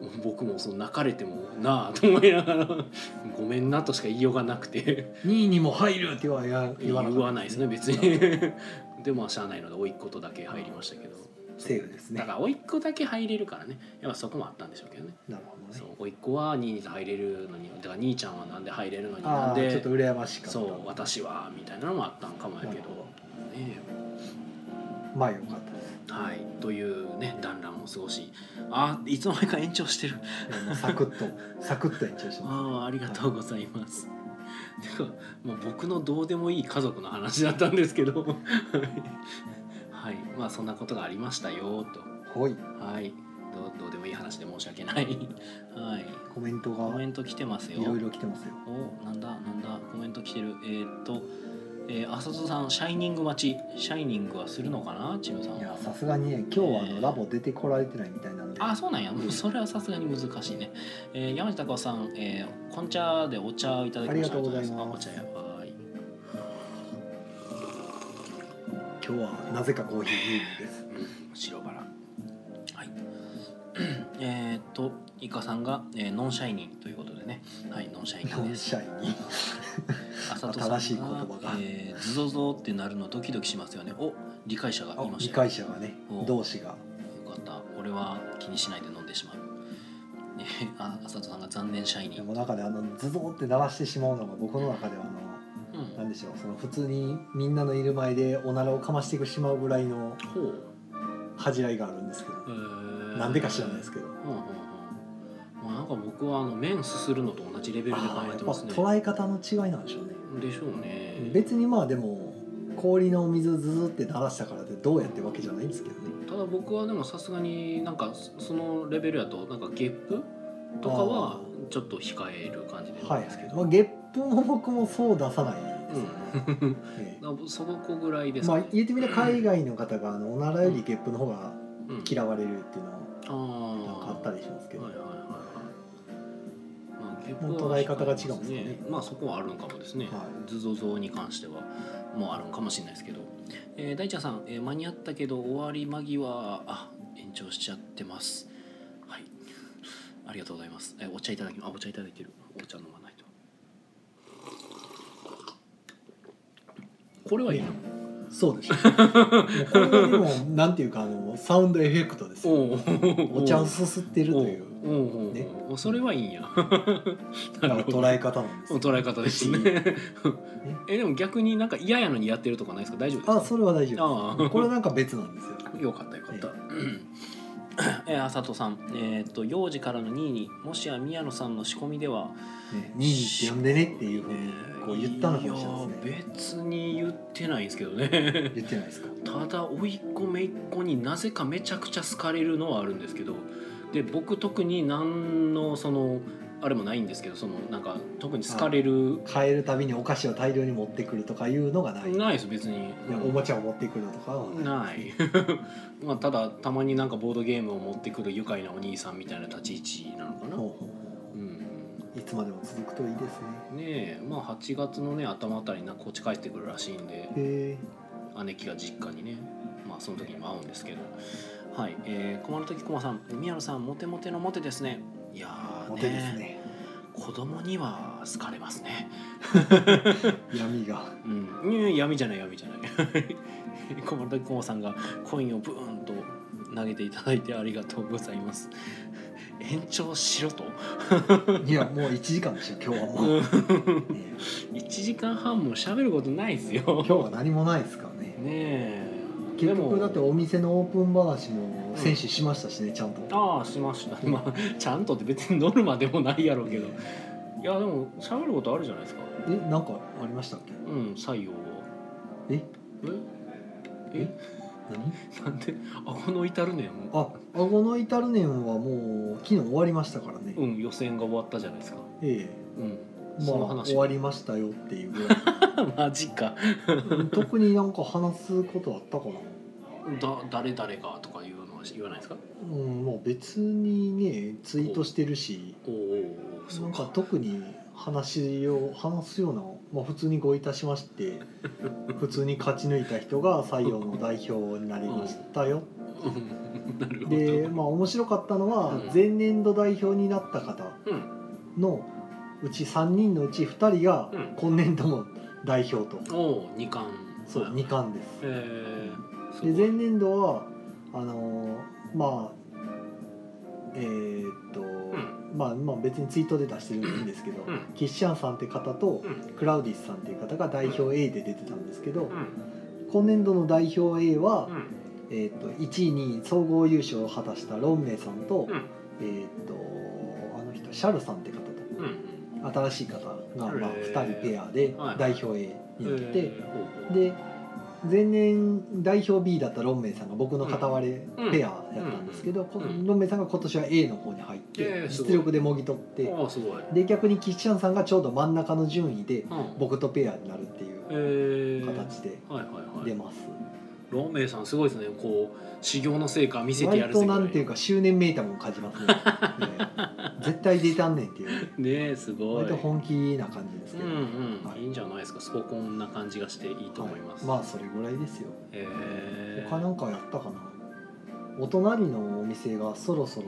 [SPEAKER 1] えもう僕もその泣かれてもなあと思いながら「ごめんな」としか言いようがなくて。
[SPEAKER 2] 2位にも入るっては言わ
[SPEAKER 1] 言
[SPEAKER 2] 言わなかった
[SPEAKER 1] わないですね別にでもしゃあないので甥っ子とだけ入りましたけど
[SPEAKER 2] セーフですね
[SPEAKER 1] だから甥っ子だけ入れるからねやっぱそこもあったんでしょうけどね
[SPEAKER 2] なるほどね
[SPEAKER 1] そう甥っ子は兄に入れるのにだから兄ちゃんはなんで入れるのになん
[SPEAKER 2] ああちょっ
[SPEAKER 1] で
[SPEAKER 2] と羨ましかった
[SPEAKER 1] そう私はみたいなのもあったんかもや
[SPEAKER 2] な
[SPEAKER 1] け
[SPEAKER 2] る
[SPEAKER 1] ど
[SPEAKER 2] ほ
[SPEAKER 1] ね
[SPEAKER 2] どまあよかったです
[SPEAKER 1] はいというね団らんを過ごしあいつの間にか延長してる
[SPEAKER 2] いやもうサクッと サクッと延長しま
[SPEAKER 1] ああありがとうございます。 てかまあ、僕のどうでもいい家族の話だったんですけど はいまあそんなことがありましたよと
[SPEAKER 2] すはい
[SPEAKER 1] はいどうどうでもいい話で申し訳ない はい
[SPEAKER 2] コメント
[SPEAKER 1] コ
[SPEAKER 2] が
[SPEAKER 1] メント来てますよ
[SPEAKER 2] いろいろ来てますよ
[SPEAKER 1] おなんだなんだコメント来てるえーっとえー、浅田さん「シャイニング待ち」「シャイニング」はするのかなチムさん
[SPEAKER 2] いや
[SPEAKER 1] は
[SPEAKER 2] さすがにね今日はあ
[SPEAKER 1] え
[SPEAKER 2] の
[SPEAKER 1] ー
[SPEAKER 2] ラボ出てこられてないみたいなんで
[SPEAKER 1] あそうなんやもうそれはさすがに難しいね、えー、山下孝さん、えー、こん茶でお茶をいただきました
[SPEAKER 2] ありがとうございます
[SPEAKER 1] あお茶やばい
[SPEAKER 2] 今日はなぜかコーヒー牛乳です
[SPEAKER 1] 白バラはい えーっとイカさんが、えーノンシャイニンということでねはいノンシャイニン
[SPEAKER 2] 4
[SPEAKER 1] です
[SPEAKER 2] 試合に
[SPEAKER 1] 浅戸さんが
[SPEAKER 2] 新しい言葉が
[SPEAKER 1] えーズゾゾってなるのドキドキしますよねお理解者がいまし
[SPEAKER 2] 理
[SPEAKER 1] たよ
[SPEAKER 2] 解者がね
[SPEAKER 1] お
[SPEAKER 2] 同志が
[SPEAKER 1] よかった俺は気にしないで飲んでしまうえーあ浅戸さんが残念シャイニ
[SPEAKER 2] で
[SPEAKER 1] ン
[SPEAKER 2] も中であのズドーって鳴らしてしまうのが僕の中ではあの
[SPEAKER 1] うん
[SPEAKER 2] なんでしょうその普通にみんなのいる前でおならをかましてしまうぐらいの
[SPEAKER 1] ほう
[SPEAKER 2] 恥じらいがあるんですけど
[SPEAKER 1] えー
[SPEAKER 2] なんでか知らないですけど
[SPEAKER 1] うんうんうんまあなんか僕はあの麺すするのと同じレベルで考
[SPEAKER 2] あーや
[SPEAKER 1] え
[SPEAKER 2] ってぱ
[SPEAKER 1] ますね
[SPEAKER 2] 捉え方の違いなんでしょうね
[SPEAKER 1] でしょうね
[SPEAKER 2] 別にまあでも氷のお水ズズって鳴らしたからってどうやってわけじゃないんですけどね
[SPEAKER 1] ただ僕はでもさすがになんかそそのレベルやとなんかゲップとかは
[SPEAKER 2] あ
[SPEAKER 1] ちょっと控える感じでな
[SPEAKER 2] は
[SPEAKER 1] ん
[SPEAKER 2] い
[SPEAKER 1] ですけ、ど、
[SPEAKER 2] まあ、ゲップも僕もそう出さないですよね、
[SPEAKER 1] うん、
[SPEAKER 2] ええ
[SPEAKER 1] だからその子ぐらいです
[SPEAKER 2] ま
[SPEAKER 1] か
[SPEAKER 2] あ
[SPEAKER 1] ね、
[SPEAKER 2] 言ってみれば海外の方があのおならよりゲップの方が
[SPEAKER 1] うん、
[SPEAKER 2] 嫌われるっていうのは
[SPEAKER 1] あー
[SPEAKER 2] なんかあったりしますけど、
[SPEAKER 1] はいはいはいはいまあゲップは
[SPEAKER 2] 捉え方が違うんですかね
[SPEAKER 1] 控えますまあそこはあるのかもですね、
[SPEAKER 2] は
[SPEAKER 1] ズゾゾに関してはもうあるのかもしれないですけど、えー、大ちゃんさん、えー間に合ったけど終わり間際あ延長しちゃってますはいありがとうございます、えーお茶いただきあお茶いただいてるお茶飲まないとこれはいいな
[SPEAKER 2] そうでしょもうこれはでもなんていうかあのサウンドエフェクトですよ
[SPEAKER 1] お
[SPEAKER 2] お茶をすすってるという
[SPEAKER 1] おうおうおう
[SPEAKER 2] ね
[SPEAKER 1] おそれはいいんやな
[SPEAKER 2] なん
[SPEAKER 1] る
[SPEAKER 2] か
[SPEAKER 1] ほど
[SPEAKER 2] 捉え方なんです よ
[SPEAKER 1] 捉え方です
[SPEAKER 2] 不
[SPEAKER 1] ねえでも逆になんか嫌やのにやってるとかないですか大丈夫ですか
[SPEAKER 2] あそれは大丈
[SPEAKER 1] あ
[SPEAKER 2] 夫ですこれなんか別なんですよ
[SPEAKER 1] よかったよかった。 えー、あさとさん、えーっと幼児からの2位にもしや宮野さんの仕込みでは
[SPEAKER 2] ね「ニーニーって呼んでね」っていうふうにこう言ったのかもしれないです
[SPEAKER 1] いやー別
[SPEAKER 2] ね
[SPEAKER 1] に言ってないんですけどね
[SPEAKER 2] 言ってないですか
[SPEAKER 1] ただ甥いっ子姪っ子になぜかめちゃくちゃ好かれるのはあるんですけどで僕特に何のそのあれもないんですけどそのなんか特に好かれる
[SPEAKER 2] 変えるたびにお菓子を大量に持ってくるとかいうのがないいや
[SPEAKER 1] ないです別に
[SPEAKER 2] おもちゃを持ってくるとかは
[SPEAKER 1] ない まあただたまになんかボードゲームを持ってくる愉快なお兄さんみたいな立ち位置なのかな、
[SPEAKER 2] ほうほう
[SPEAKER 1] う
[SPEAKER 2] ほ
[SPEAKER 1] ん
[SPEAKER 2] ういつまでも続くといいですね
[SPEAKER 1] ねえまあ8月のね頭あたりになんかこっち帰ってくるらしいんで
[SPEAKER 2] へえ
[SPEAKER 1] 姉貴が実家にねまあその時にも会うんですけどはいえー、駒の時駒さん宮野さんモテモテのモテですねいやー
[SPEAKER 2] モテですね
[SPEAKER 1] 子供には好かれますね
[SPEAKER 2] 闇が
[SPEAKER 1] うんいや闇じゃない闇じゃない 小丸時駒さんがコインをブーンと投げていただいてありがとうございます延長しろと
[SPEAKER 2] いやもう1時間でしょ今日はもう、ね
[SPEAKER 1] 1時間半も喋ることないですよ
[SPEAKER 2] 今日は何もないですからね
[SPEAKER 1] ねえ
[SPEAKER 2] 結局だって
[SPEAKER 1] でも
[SPEAKER 2] お店のオープン話も選手しましたしね、ちゃんと
[SPEAKER 1] ああしましたまあちゃんとって別にノルマでもないやろうけどいやでも喋ることあるじゃないですか
[SPEAKER 2] えなんかありましたっけ
[SPEAKER 1] うん採用を
[SPEAKER 2] え
[SPEAKER 1] ええ
[SPEAKER 2] 何
[SPEAKER 1] なんで顎の至るねん
[SPEAKER 2] あ顎の至る年はもう昨日終わりましたからね、
[SPEAKER 1] うん予選が終わったじゃないですか
[SPEAKER 2] ええ
[SPEAKER 1] うんその
[SPEAKER 2] まあ
[SPEAKER 1] 話
[SPEAKER 2] 終わりましたよっていう ぐらい
[SPEAKER 1] マジか
[SPEAKER 2] 特になんか話すことあったかな
[SPEAKER 1] だ誰々がとかいうのは言わないですか
[SPEAKER 2] うんまあ別にねツイートしてるし
[SPEAKER 1] おお
[SPEAKER 2] なんか特に話を話すような、まあ、普通にごいたしまして 普通に勝ち抜いた人が採用の代表になり ましたよ、
[SPEAKER 1] うん なるほど
[SPEAKER 2] でまあ面白かったのは
[SPEAKER 1] うん
[SPEAKER 2] 前年度代表になった方
[SPEAKER 1] うん
[SPEAKER 2] のうち3人のうち2人が
[SPEAKER 1] うん
[SPEAKER 2] 今年度の代表と、
[SPEAKER 1] おお二冠
[SPEAKER 2] そう2冠です
[SPEAKER 1] えーすご
[SPEAKER 2] で
[SPEAKER 1] い
[SPEAKER 2] 前年度はあのーまあえーっと、
[SPEAKER 1] ん
[SPEAKER 2] まあまあ別にツイートで出してるんでいいんですけど、
[SPEAKER 1] うん
[SPEAKER 2] キッシャンさんって方と
[SPEAKER 1] うん
[SPEAKER 2] クラウディスさんっていう方が代表 A で出てたんですけ
[SPEAKER 1] う
[SPEAKER 2] ど、
[SPEAKER 1] ん
[SPEAKER 2] 今年度の代表 A は、
[SPEAKER 1] うん
[SPEAKER 2] えーっと1位に総合優勝を果たしたロンメイさんと、
[SPEAKER 1] うん
[SPEAKER 2] えーっとあの人シャルさんって方と
[SPEAKER 1] うん
[SPEAKER 2] 新しい方が、まあ、
[SPEAKER 1] へ
[SPEAKER 2] 2
[SPEAKER 1] ー
[SPEAKER 2] 人ペアで
[SPEAKER 1] はい
[SPEAKER 2] 代表 A になって。
[SPEAKER 1] えーおうおう
[SPEAKER 2] で前年代表 B だったロンメイさんが僕の片割れ
[SPEAKER 1] うん
[SPEAKER 2] ペアやったんですけど、こ
[SPEAKER 1] うん
[SPEAKER 2] ロンメイさんが今年は A の方に入っ
[SPEAKER 1] えー
[SPEAKER 2] て
[SPEAKER 1] すごい
[SPEAKER 2] 実力でもぎ取って
[SPEAKER 1] ああすごい
[SPEAKER 2] で逆にキッシャンさんがちょうど真ん中の順位で
[SPEAKER 1] うん
[SPEAKER 2] 僕とペアになるっていう
[SPEAKER 1] えー
[SPEAKER 2] 形で
[SPEAKER 1] はいはい
[SPEAKER 2] 出
[SPEAKER 1] はい
[SPEAKER 2] ます、
[SPEAKER 1] ロンメイさんすごいですねこう修行の成果見せてやる
[SPEAKER 2] 割
[SPEAKER 1] ぜ
[SPEAKER 2] と
[SPEAKER 1] ぐら
[SPEAKER 2] なんていうか執念めいたもん感じ ますねね絶対出たんねんっていう
[SPEAKER 1] ねえすごい
[SPEAKER 2] 割と本気な感じです
[SPEAKER 1] う
[SPEAKER 2] け
[SPEAKER 1] ん
[SPEAKER 2] ど、
[SPEAKER 1] うん、
[SPEAKER 2] はい
[SPEAKER 1] い、いんじゃないですかスポコンな感じがしていいと思います、
[SPEAKER 2] はいまあそれぐらいですよ
[SPEAKER 1] えー、
[SPEAKER 2] 他なんかやったかなお隣のお店がそろそろ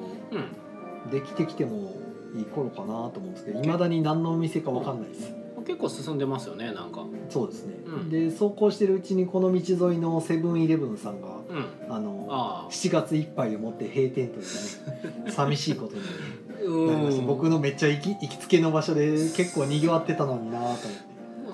[SPEAKER 1] うん
[SPEAKER 2] できてきてもいい頃かなと思うんですけどいまだに何のお店か分かんないです、
[SPEAKER 1] 結構進んでますよねなんか
[SPEAKER 2] そうですね、
[SPEAKER 1] うん
[SPEAKER 2] で走行してるうちにこの道沿いのセブンイレブンさんが
[SPEAKER 1] うん
[SPEAKER 2] あの
[SPEAKER 1] ああ
[SPEAKER 2] 7月いっぱいをもって閉店という ね寂しいことになりました僕
[SPEAKER 1] の
[SPEAKER 2] のめっちゃ行き行きつけの場所で結構にぎわってたのになと思っ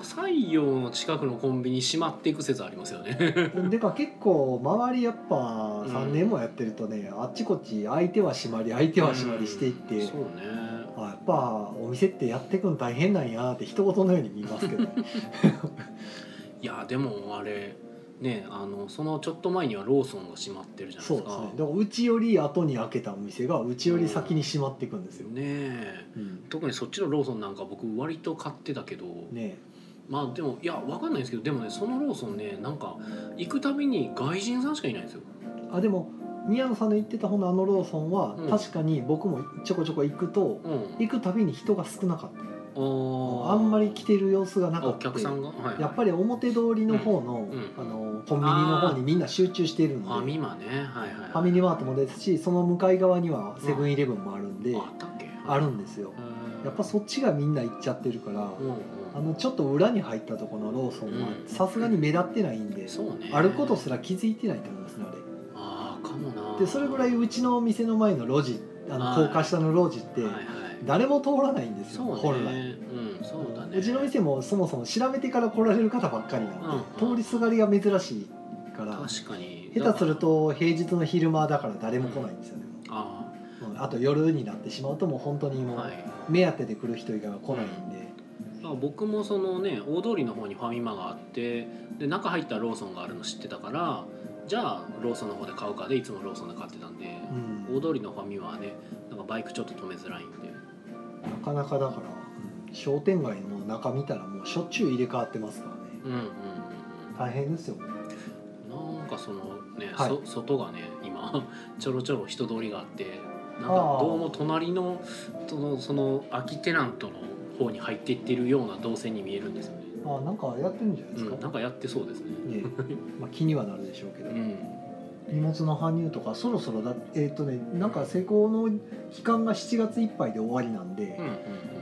[SPEAKER 1] 採用の近くのコンビニ閉まっていく説ありますよね
[SPEAKER 2] てでか結構周りやっぱ
[SPEAKER 1] ん
[SPEAKER 2] 3年もやってるとね、あっちこっち相手は閉まり相手は閉まりしていって、
[SPEAKER 1] うんそうね
[SPEAKER 2] あやっぱお店ってやってくの大変なんやなって一言のように見ますけどね
[SPEAKER 1] いやでもあれねあのそのちょっと前にはローソンが閉まってるじゃない
[SPEAKER 2] そ
[SPEAKER 1] で
[SPEAKER 2] う
[SPEAKER 1] す
[SPEAKER 2] で
[SPEAKER 1] か
[SPEAKER 2] すねだからうちより後に開けたお店がうちより先に閉まっていくんですよ、
[SPEAKER 1] ねえ
[SPEAKER 2] うん
[SPEAKER 1] 特にそっちのローソンなんか僕割と買ってたけど、
[SPEAKER 2] ね
[SPEAKER 1] まあでもいやわかんないですけどでもねそのローソンねなんか行くたびに外人さんしかいないんですよ
[SPEAKER 2] あでも宮野さんの言ってた方のあのローソンは、
[SPEAKER 1] うん
[SPEAKER 2] 確かに僕もちょこちょこ行くと
[SPEAKER 1] うん
[SPEAKER 2] 行くたびに人が少なかった
[SPEAKER 1] あ
[SPEAKER 2] あんまり来
[SPEAKER 1] て
[SPEAKER 2] てる様子がなか
[SPEAKER 1] お
[SPEAKER 2] った
[SPEAKER 1] 客さんがはい、
[SPEAKER 2] やっぱり表通りの方の,、
[SPEAKER 1] うん
[SPEAKER 2] あのコンビニの方にみんな集中している
[SPEAKER 1] ファ
[SPEAKER 2] ので
[SPEAKER 1] ミマねはいはいはい
[SPEAKER 2] ファミリーマートもですしその向かい側にはセブンイレブンもあるんで、
[SPEAKER 1] あったっけ
[SPEAKER 2] あるんですよやっぱそっちがみんな行っちゃってるから、
[SPEAKER 1] うんうん
[SPEAKER 2] あのちょっと裏に入ったところのローソンは
[SPEAKER 1] うん
[SPEAKER 2] さすがに目立ってないんで、
[SPEAKER 1] そうね
[SPEAKER 2] あることすら気づいてないと思いますので
[SPEAKER 1] ああかもな
[SPEAKER 2] でそれぐらいうちのお店の前の路地あ
[SPEAKER 1] は
[SPEAKER 2] の
[SPEAKER 1] い
[SPEAKER 2] 高架下の路地って
[SPEAKER 1] はいはい
[SPEAKER 2] 誰も通らないんですよ、
[SPEAKER 1] そう
[SPEAKER 2] 本来。
[SPEAKER 1] ねうんそうだね
[SPEAKER 2] うちの店もそもそも調べてから来られる方ばっかりなんで、
[SPEAKER 1] うんうん
[SPEAKER 2] 通りすがりが珍しいから
[SPEAKER 1] 確かに
[SPEAKER 2] 下手すると平日の昼間だから誰も来ないんですよね、
[SPEAKER 1] あ
[SPEAKER 2] うんあと夜になってしまうともう本当に
[SPEAKER 1] あ
[SPEAKER 2] も
[SPEAKER 1] は
[SPEAKER 2] う
[SPEAKER 1] い
[SPEAKER 2] 目当てで来る人以外は来ないんで、
[SPEAKER 1] まあ僕もそのね大通りの方にファミマがあってで中入ったらローソンがあるの知ってたからじゃあローソンの方で買うかでいつもローソンで買ってたんで
[SPEAKER 2] うん
[SPEAKER 1] 大通りのファミマはねなんかバイクちょっと止めづらいんで
[SPEAKER 2] かなかだから、うん商店街の中見たらもうしょっちゅう入れ替わってますからね
[SPEAKER 1] うんうんうん
[SPEAKER 2] 大変ですよね
[SPEAKER 1] うんなんかそのね、
[SPEAKER 2] はい
[SPEAKER 1] そ外がね今 ちょろちょろ人通りがあってなんか
[SPEAKER 2] あー
[SPEAKER 1] どうも隣のそのその空きテナントの方に入っていってるような動線に見えるんですよね、
[SPEAKER 2] あなんかやってるんじゃないで
[SPEAKER 1] う
[SPEAKER 2] すか、
[SPEAKER 1] ん、なんかやってそうですね
[SPEAKER 2] ねまあ、気にはなるでしょうけど、
[SPEAKER 1] うん
[SPEAKER 2] 荷物の搬入とかそろそろだえっ、とねなんか施工の期間が7月いっぱいで終わりなんで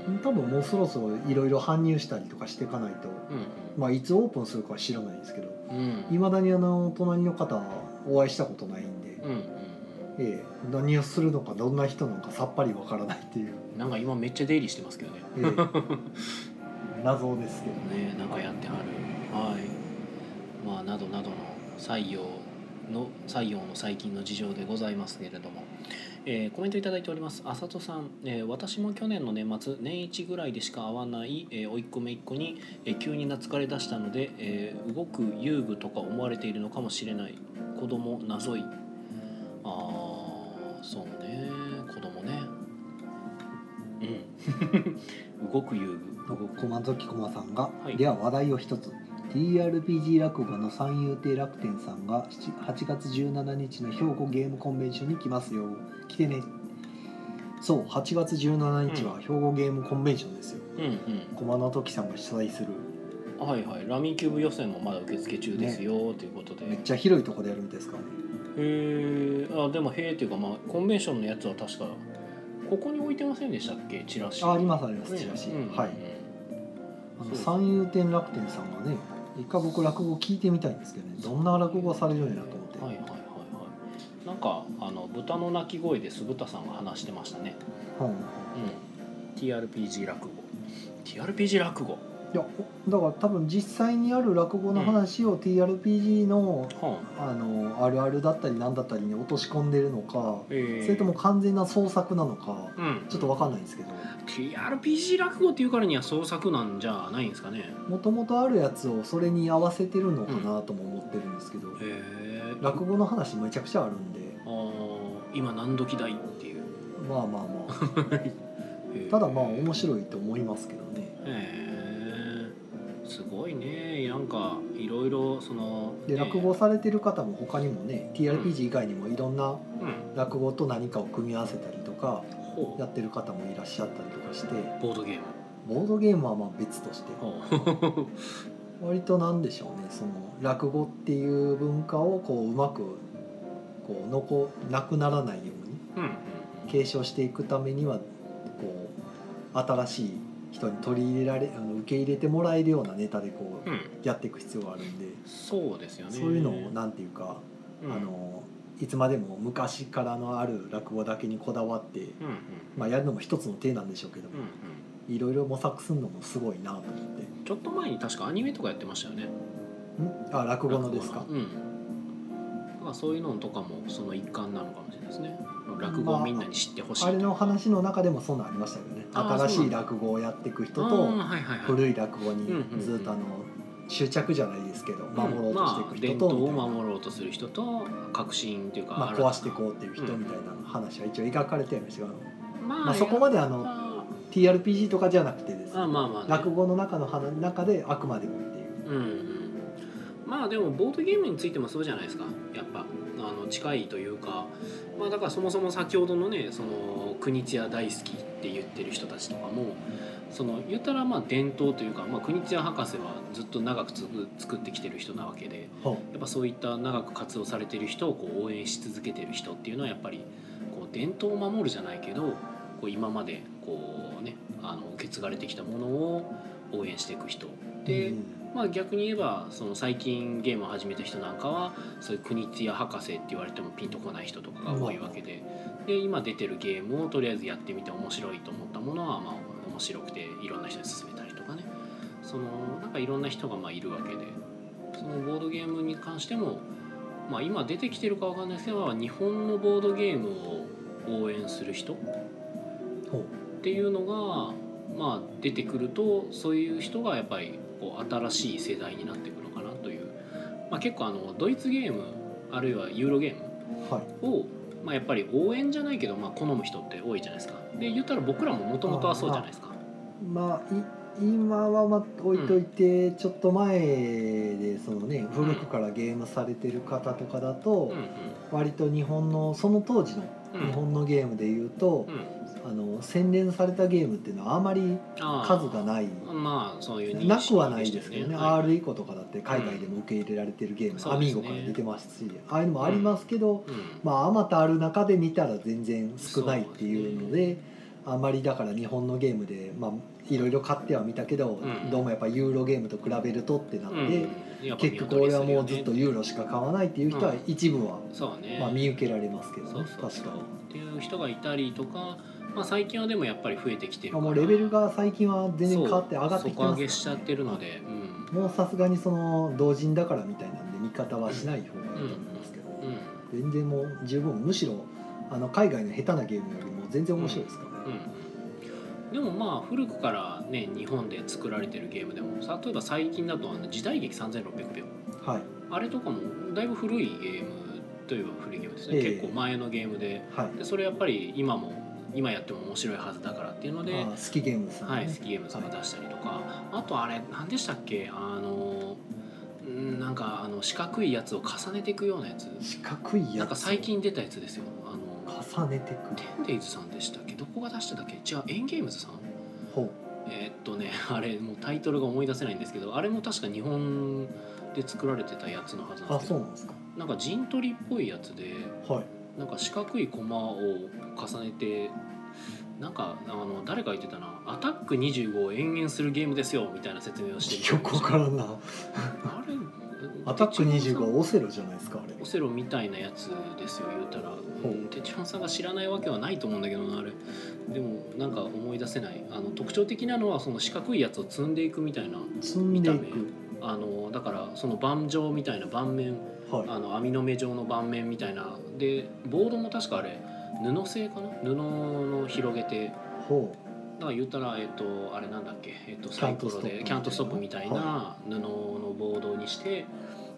[SPEAKER 1] うんうん、
[SPEAKER 2] 多分もうそろそろいろいろ搬入したりとかしていかないと、
[SPEAKER 1] うん
[SPEAKER 2] まあ、いつオープンするかは知らないんですけど
[SPEAKER 1] うんうん
[SPEAKER 2] いまだにあの隣の方はお会いしたことないんで、
[SPEAKER 1] うんうん
[SPEAKER 2] ええ、何をするのかどんな人なのかさっぱりわからないっていう、
[SPEAKER 1] うんなんか今めっちゃ出入りしてますけどね
[SPEAKER 2] え え謎ですけど
[SPEAKER 1] ねなんかやってはるはいまあなどなどの採用の採用の最近の事情でございますけれども、えーコメントいただいておりますあさとさん、えー私も去年の年末年一ぐらいでしか会わない、えー、おいっ子めいっ子に、えー急に懐かれ出したので、えー動く遊具とか思われているのかもしれない子供謎いあーそうね子供ねうん 動く遊具動く
[SPEAKER 2] 駒崎駒さんが、
[SPEAKER 1] はい
[SPEAKER 2] では話題を一つ TRPG 落語の三遊亭楽天さんが7 8月17日の兵庫ゲームコンベンションに来ますよ来てねそう8月17日は兵庫ゲームコンベンションですよ、
[SPEAKER 1] うんうん
[SPEAKER 2] 駒の時さんが主催する
[SPEAKER 1] はいはい、ラミキューブ予選もまだ受付中ですよ、ということで
[SPEAKER 2] めっ
[SPEAKER 1] へ
[SPEAKER 2] ちゃ広いとこでやるんですからね
[SPEAKER 1] えあでもへえっていうか、まあ、コンベンションのやつは確かここに置いてませんでしたっけチラシ
[SPEAKER 2] あありますあります
[SPEAKER 1] ね
[SPEAKER 2] チラシ、
[SPEAKER 1] うん
[SPEAKER 2] はいあの三遊亭楽天さんがね一回僕落語聞いてみたいんですけどねどんな落語がされるんやなと思って、
[SPEAKER 1] はいはいはいはいなんかあの豚の鳴き声で酢豚さんが話してましたね、
[SPEAKER 2] うん
[SPEAKER 1] うん、TRPG 落語 TRPG 落語
[SPEAKER 2] いやだから多分実際にある落語の話を TRPG の,、
[SPEAKER 1] は
[SPEAKER 2] あのあるあるだったり何だったりに落とし込んでるのか
[SPEAKER 1] あ、え
[SPEAKER 2] それとも完全な創作なのか
[SPEAKER 1] うん
[SPEAKER 2] ちょっと分かんないんですけど
[SPEAKER 1] TRPG 落語っていうからには創作なんじゃないんですかね
[SPEAKER 2] もともとあるやつをそれに合わせてるのかなとも思ってるんですけど、
[SPEAKER 1] へえ
[SPEAKER 2] 落語の話めちゃくちゃあるんで
[SPEAKER 1] あー今何時だいっていう
[SPEAKER 2] まあまあまあただまあ面白いと思いますけどね。
[SPEAKER 1] へえすごいねなんかいろいろその、
[SPEAKER 2] で
[SPEAKER 1] ね
[SPEAKER 2] 落語されてる方も他にもね TRPG 以外にもいろんな
[SPEAKER 1] うん
[SPEAKER 2] 落語と何かを組み合わせたりとか
[SPEAKER 1] ほ
[SPEAKER 2] やってる方もいらっしゃったりとかして
[SPEAKER 1] うボードゲーム
[SPEAKER 2] ボードゲームはまあ別として
[SPEAKER 1] ほ う
[SPEAKER 2] 割となんでしょうねその落語っていう文化をこううまくこう残なくならないように
[SPEAKER 1] うんうん
[SPEAKER 2] 継承していくためにはこう新しい人に取り入れられあの受け入れてもらえるようなネタでこう
[SPEAKER 1] うん
[SPEAKER 2] やっていく必要があるんで
[SPEAKER 1] そうですよね
[SPEAKER 2] そういうのをなんていうか
[SPEAKER 1] うん
[SPEAKER 2] あのいつまでも昔からのある落語だけにこだわって、
[SPEAKER 1] うんうん
[SPEAKER 2] まあ、やるのも一つの手なんでしょうけど
[SPEAKER 1] うん
[SPEAKER 2] も
[SPEAKER 1] う
[SPEAKER 2] いろいろ模索するのもすごいなと思って
[SPEAKER 1] んちょっと前に確かアニメとかやってましたよね
[SPEAKER 2] んあ落語のですか
[SPEAKER 1] 落語のうんまあそういうのとかもその一環なのかもしれないですね落語をみんなに知ってほしい
[SPEAKER 2] あれの
[SPEAKER 1] と
[SPEAKER 2] 話の中でもそんなんありましたよね
[SPEAKER 1] あー
[SPEAKER 2] 新
[SPEAKER 1] そう
[SPEAKER 2] し
[SPEAKER 1] ないんだ
[SPEAKER 2] 落語をやっていく人
[SPEAKER 1] あー
[SPEAKER 2] と
[SPEAKER 1] はいはいはい
[SPEAKER 2] 古い落語
[SPEAKER 1] うんうんうん
[SPEAKER 2] にずっとあの執着じゃないですけど守ろうとしてい
[SPEAKER 1] まあ、
[SPEAKER 2] く人
[SPEAKER 1] 伝
[SPEAKER 2] と
[SPEAKER 1] 統
[SPEAKER 2] み
[SPEAKER 1] を
[SPEAKER 2] たいな、
[SPEAKER 1] 守ろうとする人と革新というか、
[SPEAKER 2] まあ、
[SPEAKER 1] 新たな
[SPEAKER 2] 壊していこうっていう人みたいな話は一応描かれてるんですけど、
[SPEAKER 1] まあ、
[SPEAKER 2] まあ、そこまであ
[SPEAKER 1] ま
[SPEAKER 2] の
[SPEAKER 1] あ
[SPEAKER 2] TRPG とかじゃなくてですね
[SPEAKER 1] あまあまあね、
[SPEAKER 2] 落語の中の話中であくまでもっていう。
[SPEAKER 1] うんうんまあでもボードゲームについてもそうじゃないですかやっぱあの近いというかまあだからそもそも先ほどのねその国津屋大好きって言ってる人たちとかもその言ったらまあ伝統というか、まあ、国津屋博士はずっと長くつく作ってきてる人なわけで
[SPEAKER 2] ほう
[SPEAKER 1] やっぱそういった長く活動されてる人をこう応援し続けてる人っていうのはやっぱりこう伝統を守るじゃないけどこう今までこうねあの受け継がれてきたものを応援していく人で、
[SPEAKER 2] うん
[SPEAKER 1] まあ、逆に言えばその最近ゲームを始めた人なんかはそういう国津屋博士って言われてもピンとこない人とかが多いわけでで今出てるゲームをとりあえずやってみて面白いと思ったものはまあ面白くていろんな人に勧めたりとかねそのなんかいろんな人がまあいるわけでそのボードゲームに関しても、まあ、今出てきてるかわかんないですけど日本のボードゲームを応援する人
[SPEAKER 2] ほう
[SPEAKER 1] っていうのが、まあ、出てくるとそういう人がやっぱりこう新しい世代になっていくのかなという、まあ、結構あのドイツゲームあるいはユーロゲーム
[SPEAKER 2] はい
[SPEAKER 1] をまあ、やっぱり応援じゃないけど、まあ、好む人って多いじゃないですかで言ったら僕らももともとはそうじゃないですか
[SPEAKER 2] まあい今はまあ置いといて、ちょっと前でそのね古くからゲームされてる方とかだ
[SPEAKER 1] う
[SPEAKER 2] と
[SPEAKER 1] んうん
[SPEAKER 2] 割と日本のその当時の
[SPEAKER 1] うん
[SPEAKER 2] 日本のゲームでいうと
[SPEAKER 1] うん
[SPEAKER 2] あの洗練されたゲームっていうのはあまり
[SPEAKER 1] ああ
[SPEAKER 2] 数がない
[SPEAKER 1] まあそういう認識
[SPEAKER 2] なくはないですけどね、
[SPEAKER 1] でしたよ
[SPEAKER 2] R 以降とかだって海外でも受け入れられてるゲーム、
[SPEAKER 1] そう
[SPEAKER 2] ア
[SPEAKER 1] で
[SPEAKER 2] ミ
[SPEAKER 1] す
[SPEAKER 2] ー
[SPEAKER 1] ね
[SPEAKER 2] ゴから出てますしああいうのもありますけど、
[SPEAKER 1] うん
[SPEAKER 2] まああまたある中で見たら全然少ないっていうの
[SPEAKER 1] そう
[SPEAKER 2] であんまりだから日本のゲームでまあいろいろ買ってはみたけど、
[SPEAKER 1] うん
[SPEAKER 2] どうもやっぱユーロゲームと比べるとってなって、
[SPEAKER 1] うんやっぱ見
[SPEAKER 2] 結
[SPEAKER 1] 劣り
[SPEAKER 2] 局俺はもう
[SPEAKER 1] する
[SPEAKER 2] ずっ
[SPEAKER 1] よね
[SPEAKER 2] とユーロしか買わないっていう人は
[SPEAKER 1] うん
[SPEAKER 2] 一部は、
[SPEAKER 1] そうね、
[SPEAKER 2] まあ、見受けられますけどね
[SPEAKER 1] そうそうそう
[SPEAKER 2] 確か
[SPEAKER 1] っていう人がいたりとか、まあ、最近はでもやっぱり増えてきて
[SPEAKER 2] に
[SPEAKER 1] る
[SPEAKER 2] ま
[SPEAKER 1] から
[SPEAKER 2] あもうレベルが最近は全然変わって上がってきてます
[SPEAKER 1] そう底上げしちゃってるので、うん
[SPEAKER 2] もうさすがにその同人だからみたいなんで見方はしない方がいいと思いますけど、
[SPEAKER 1] うん
[SPEAKER 2] 全然もう十分むしろあの海外の下手なゲームよりも全然面白いですからね、
[SPEAKER 1] うん、でもまあ古くからね日本で作られてるゲームでもさ例えば最近だとあの時代劇3600秒
[SPEAKER 2] はい
[SPEAKER 1] あれとかもだいぶ古いゲームといえば古いゲームですね、
[SPEAKER 2] ええ
[SPEAKER 1] 結構前のゲームで
[SPEAKER 2] はい
[SPEAKER 1] でそれやっぱり今も今やっても面白いはずだからっていうので、
[SPEAKER 2] あー好きゲームさんね、
[SPEAKER 1] はい、スキーゲームズが出したりとか、あとあれ何でしたっけあのうんなんかあの四角いやつを重ねていくようなやつ
[SPEAKER 2] 四角いやつ
[SPEAKER 1] なんか最近出たやつですよあの
[SPEAKER 2] 重ねてく
[SPEAKER 1] テンデイズさんでしたっけどこが出してたっけ違うエンゲームズさん
[SPEAKER 2] ほ
[SPEAKER 1] えーっとね あれもうタイトルが思い出せないんですけどあれも確か日本で作られてたやつのはずなん
[SPEAKER 2] あ
[SPEAKER 1] ですけ
[SPEAKER 2] そう
[SPEAKER 1] ど
[SPEAKER 2] なんですか
[SPEAKER 1] なんか陣取りっぽいやつで
[SPEAKER 2] はい
[SPEAKER 1] なんか四角いコマを重ねてなんかあの誰か言ってたな「アタック25を延々するゲームですよ」みたいな説明をして
[SPEAKER 2] よくわからんな
[SPEAKER 1] あれ
[SPEAKER 2] アタック25
[SPEAKER 1] オ
[SPEAKER 2] オセロじゃないですかあれ
[SPEAKER 1] セロみたいなやつですよ言うたら
[SPEAKER 2] う
[SPEAKER 1] テチロンさんが知らないわけはないと思うんだけどなあれでもなんか思い出せないあの特徴的なのはその四角いやつを積んでいくみたいな
[SPEAKER 2] 積んでい
[SPEAKER 1] 見
[SPEAKER 2] く
[SPEAKER 1] あのだからその盤上みたいな盤面
[SPEAKER 2] は
[SPEAKER 1] あの網の目状の盤面みたいなでボードも確かあれ布製かな布の広げて
[SPEAKER 2] いほ
[SPEAKER 1] だから言ったら、えっと、あれなんだっけ、えっと、サイコロでキ
[SPEAKER 2] キ
[SPEAKER 1] ャ
[SPEAKER 2] ャ
[SPEAKER 1] ン
[SPEAKER 2] ン
[SPEAKER 1] ト
[SPEAKER 2] ト
[SPEAKER 1] ス
[SPEAKER 2] ス
[SPEAKER 1] ト
[SPEAKER 2] ト
[SPEAKER 1] ッ
[SPEAKER 2] ッ
[SPEAKER 1] プ
[SPEAKER 2] プ
[SPEAKER 1] み
[SPEAKER 2] み
[SPEAKER 1] た
[SPEAKER 2] た
[SPEAKER 1] い
[SPEAKER 2] いな
[SPEAKER 1] な布のボードにして
[SPEAKER 2] う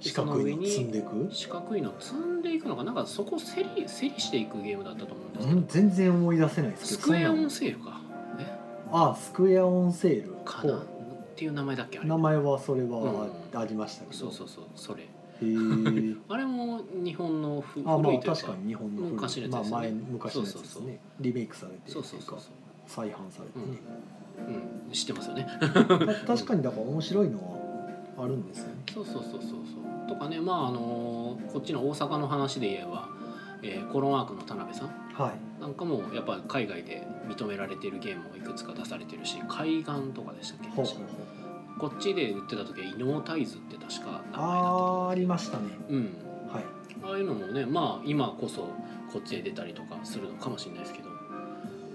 [SPEAKER 2] 四角いの積んでいく
[SPEAKER 1] 四角いの積んでいくのがなんかそこを競り競りしていくゲームだったと思うんですけ
[SPEAKER 2] うん
[SPEAKER 1] ど
[SPEAKER 2] 全然思い出せないです
[SPEAKER 1] ス
[SPEAKER 2] けど
[SPEAKER 1] クエアオ
[SPEAKER 2] そんな
[SPEAKER 1] ン
[SPEAKER 2] の
[SPEAKER 1] セールかえ
[SPEAKER 2] あスクエアオンセール
[SPEAKER 1] か
[SPEAKER 2] ほ
[SPEAKER 1] なっ
[SPEAKER 2] う
[SPEAKER 1] ていう名前だっけあれ
[SPEAKER 2] 名前はそれはありましたけど、
[SPEAKER 1] そうそうそうそれ
[SPEAKER 2] へ ー
[SPEAKER 1] あれも日本のふ
[SPEAKER 2] あま
[SPEAKER 1] 古い
[SPEAKER 2] あ
[SPEAKER 1] という
[SPEAKER 2] 確
[SPEAKER 1] か
[SPEAKER 2] かに日本の古い
[SPEAKER 1] 昔のやつ
[SPEAKER 2] ま
[SPEAKER 1] です
[SPEAKER 2] あ
[SPEAKER 1] よね
[SPEAKER 2] 前昔のやつです
[SPEAKER 1] そ
[SPEAKER 2] ね
[SPEAKER 1] うそうそう
[SPEAKER 2] リメイクされて
[SPEAKER 1] そうそうそうそ
[SPEAKER 2] 再販されて、
[SPEAKER 1] う
[SPEAKER 2] ね
[SPEAKER 1] う、うん、知ってますよね
[SPEAKER 2] た 確かにだから面白いのはあるんですよね
[SPEAKER 1] そうそうそうそうそうとかねまああのーこっちの大阪の話で言えば、えーコロンワークの田辺さん
[SPEAKER 2] はい
[SPEAKER 1] なんかもやっぱ海外で認められてるゲームをいくつか出されてるし海岸とかでしたっけ
[SPEAKER 2] ほうほうほう
[SPEAKER 1] こっちで売ってた時はイノータイズって確か名前だったと
[SPEAKER 2] あーありましたね
[SPEAKER 1] うん
[SPEAKER 2] はい
[SPEAKER 1] ああいうのもねまあ今こそこっちで出たりとかするのかもしれないですけど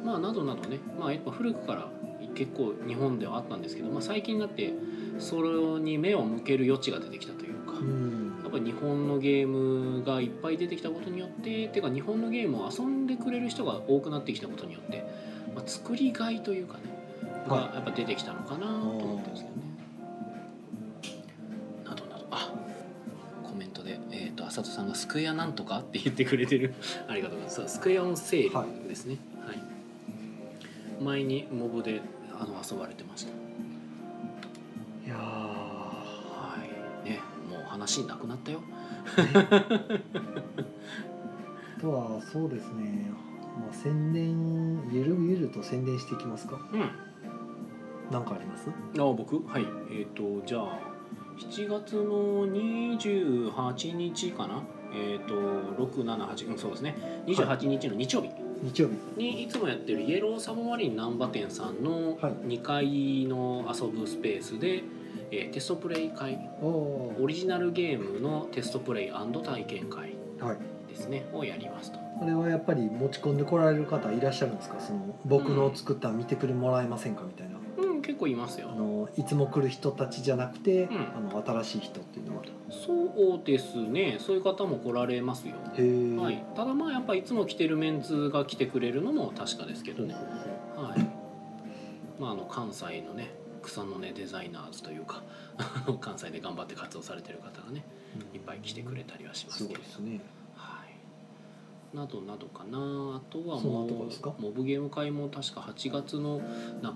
[SPEAKER 1] まあなどなどねまあやっぱ古くから結構日本ではあったんですけど、まあ、最近になってそれに目を向ける余地が出てきたというか、
[SPEAKER 2] うん
[SPEAKER 1] やっぱり日本のゲームがいっぱい出てきたことによっててか日本のゲームを遊んでくれる人が多くなってきたことによって、まあ、作りがいというかねが
[SPEAKER 2] は
[SPEAKER 1] やっぱ出てきたのかなと思ってるんですけどね。などなどあコメントで、えー、と浅戸さんが「スクエアなんとか?」って言ってくれてる ありがとうございますそうスクエアオンセールですね、はい前にモブであの遊ばれてました
[SPEAKER 2] いや
[SPEAKER 1] はいねもう話なくなったよ
[SPEAKER 2] ーあとはそうですねまあ宣伝ゆるゆると宣伝していきますか
[SPEAKER 1] うん
[SPEAKER 2] なんかあります
[SPEAKER 1] あ僕はいえっ、とじゃあ7月の28日かなえっ、と678うんそうですね28日の日曜日
[SPEAKER 2] 日曜日
[SPEAKER 1] にいつもやってるイエローサブマリン難波店さんの
[SPEAKER 2] はい
[SPEAKER 1] 2階の遊ぶスペースで、えーテストプレイ会
[SPEAKER 2] おお
[SPEAKER 1] オリジナルゲームのテストプレイ体験会
[SPEAKER 2] はい
[SPEAKER 1] ですねをやりますと
[SPEAKER 2] あれはやっぱり持ち込んでこられる方いらっしゃるんですかその僕の作ったの見てくれもらえませんかみたいな、
[SPEAKER 1] うん結構いますよ
[SPEAKER 2] あのいつも来る人たちじゃなくて、
[SPEAKER 1] ん
[SPEAKER 2] あの新しい人っていうのは
[SPEAKER 1] そうですねそういう方も来られますよ
[SPEAKER 2] へえ、
[SPEAKER 1] はい、ただまあやっぱいつも着てるメンツが来てくれるのも確かですけどね、はいまあ、あの関西のね草の根デザイナーズというか あの関西で頑張って活動されてる方がねいっぱい来てくれたりはしますす
[SPEAKER 2] ご
[SPEAKER 1] け
[SPEAKER 2] い
[SPEAKER 1] れど
[SPEAKER 2] ですね
[SPEAKER 1] はい、などなどかなあとは
[SPEAKER 2] そん
[SPEAKER 1] も
[SPEAKER 2] なとこですか
[SPEAKER 1] うモブゲーム会も確か8月の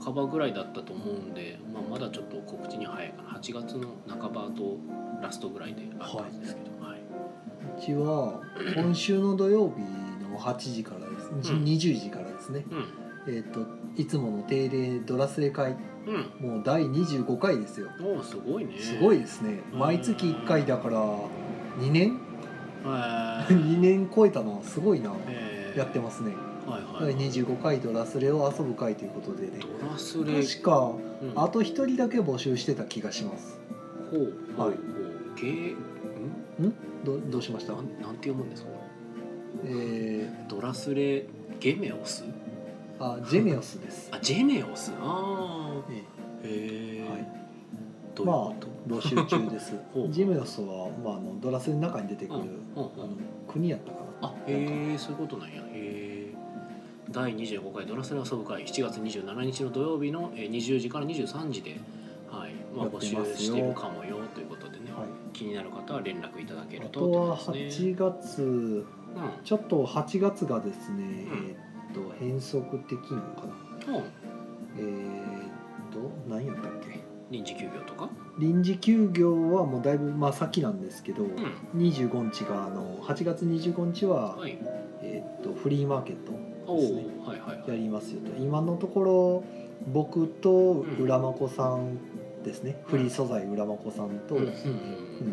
[SPEAKER 1] 半ばぐらいだったと思うんで、まあ、まだちょっと告知には早いかな8月の半ばとラストぐらいであったんですけど、はい
[SPEAKER 2] ちは今週の土曜日の8時からです、
[SPEAKER 1] ん
[SPEAKER 2] 20時からですね、えっ、といつもの定例ドラスレ会
[SPEAKER 1] うん
[SPEAKER 2] もう第25回ですよ
[SPEAKER 1] うんおーすごいね
[SPEAKER 2] すごい
[SPEAKER 1] へ
[SPEAKER 2] ですね
[SPEAKER 1] うん
[SPEAKER 2] 毎月1回だから2年
[SPEAKER 1] ー
[SPEAKER 2] 2年超えたのはすごいな
[SPEAKER 1] えー
[SPEAKER 2] やってますね
[SPEAKER 1] はいはい、
[SPEAKER 2] 第25回ドラスレを遊ぶ会ということでね
[SPEAKER 1] ドラスレ
[SPEAKER 2] 確か
[SPEAKER 1] うん
[SPEAKER 2] あと1人だけ募集してた気がします
[SPEAKER 1] ほうほうほう、
[SPEAKER 2] はい
[SPEAKER 1] ゲーん
[SPEAKER 2] どどうしました
[SPEAKER 1] なんなんて読むんですかこれ
[SPEAKER 2] え
[SPEAKER 1] ドラスレゲメオス
[SPEAKER 2] ー、あジェメオス です
[SPEAKER 1] あジェメオスあ
[SPEAKER 2] え
[SPEAKER 1] ーへえ、
[SPEAKER 2] えはい
[SPEAKER 1] どういう
[SPEAKER 2] まあ
[SPEAKER 1] こと、
[SPEAKER 2] 募集中です
[SPEAKER 1] ほう
[SPEAKER 2] ジェメオスは、まあ、あのドラスレの中に出てくる、
[SPEAKER 1] うんうんうん
[SPEAKER 2] あの国やったかな
[SPEAKER 1] あへえそういうことなんやへえ第25回ドラスレ遊ぶ会7月27日の土曜日のえー20時から23時で、はいまあ、
[SPEAKER 2] や
[SPEAKER 1] 募
[SPEAKER 2] っ
[SPEAKER 1] 集
[SPEAKER 2] てますよ
[SPEAKER 1] してるかもよということでね、
[SPEAKER 2] はい、
[SPEAKER 1] 気になる方は連絡いただける
[SPEAKER 2] あ
[SPEAKER 1] と
[SPEAKER 2] とは
[SPEAKER 1] ってことです
[SPEAKER 2] 8
[SPEAKER 1] ね
[SPEAKER 2] 月
[SPEAKER 1] う
[SPEAKER 2] ちょっと8月がですね、
[SPEAKER 1] ん
[SPEAKER 2] えーっと変則的なのかなん
[SPEAKER 1] うん
[SPEAKER 2] えーっと何やったっけ
[SPEAKER 1] 臨時休業とか
[SPEAKER 2] 臨時休業はもうだいぶ、まあ、先なんですけど、
[SPEAKER 1] うん
[SPEAKER 2] 25日があの8月25日は、
[SPEAKER 1] はい
[SPEAKER 2] えーっとフリーマーケット
[SPEAKER 1] おお
[SPEAKER 2] ですね
[SPEAKER 1] はいはいはい
[SPEAKER 2] やりますよと今のところ僕と浦真子さんですね、フリー素材浦真子さんと、
[SPEAKER 1] うん
[SPEAKER 2] うん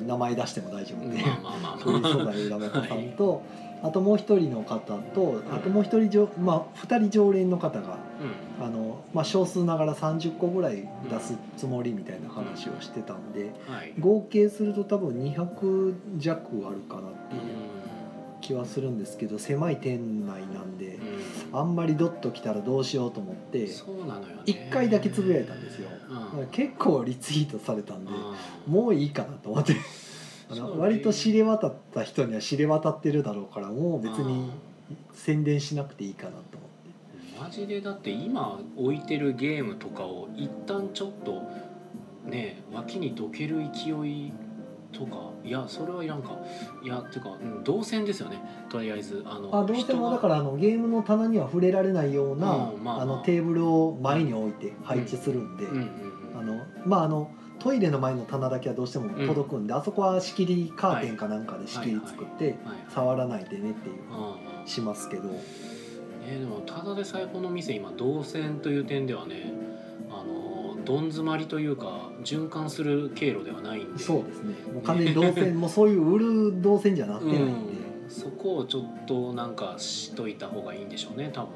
[SPEAKER 2] 名前出しても大丈夫で、
[SPEAKER 1] まあまあ
[SPEAKER 2] フリ
[SPEAKER 1] ま
[SPEAKER 2] ー
[SPEAKER 1] あ
[SPEAKER 2] 素
[SPEAKER 1] まあ
[SPEAKER 2] 材浦真子さん と、あともう一人の方とあともう一人常まあ2人常連の方が
[SPEAKER 1] うん
[SPEAKER 2] あの、まあ、少数ながら30個ぐらい出すつもりみたいな話をしてたんで
[SPEAKER 1] はい
[SPEAKER 2] 合計すると多分200弱あるかなって
[SPEAKER 1] うん
[SPEAKER 2] いう気はするんですけど狭い店内なんで
[SPEAKER 1] うん
[SPEAKER 2] あんまりドッと来たらどうしようと思って
[SPEAKER 1] そうなのよね
[SPEAKER 2] 1回だけつぶやいたんですよ
[SPEAKER 1] うん
[SPEAKER 2] だから結構リツイートされたんで
[SPEAKER 1] うん
[SPEAKER 2] もういいかなと思ってあ
[SPEAKER 1] そう
[SPEAKER 2] の
[SPEAKER 1] ね
[SPEAKER 2] 割と知れ渡った人には知れ渡ってるだろうからもう別に宣伝しなくていいかなと思って
[SPEAKER 1] マジでだって今置いてるゲームとかを一旦ちょっとね脇にどける勢いとかいやそれはいらんかいやっていうか、うん、動線ですよねとりあえずあの
[SPEAKER 2] あどうしてもだかららあのゲームの棚には触れられないような、
[SPEAKER 1] うんまあまあ
[SPEAKER 2] あのテーブルを前に置いて配置するんで、
[SPEAKER 1] うんうんう
[SPEAKER 2] あ
[SPEAKER 1] ん
[SPEAKER 2] のまああのトイレの前の棚だけはどうしても届くんで、あそこは仕切りカーテンかなんかで仕切り作って、
[SPEAKER 1] はい
[SPEAKER 2] 触らないでねっていう
[SPEAKER 1] うんうん
[SPEAKER 2] しますけど、
[SPEAKER 1] ね、でもただでさえこの店今動線という点ではねあのどん詰まりというか循環する経路ではないんで
[SPEAKER 2] そうですねもう完全に動線もうそういう売る動線じゃなってないんで、
[SPEAKER 1] うんそこをちょっとなんかしといた方がいいんでしょうね多分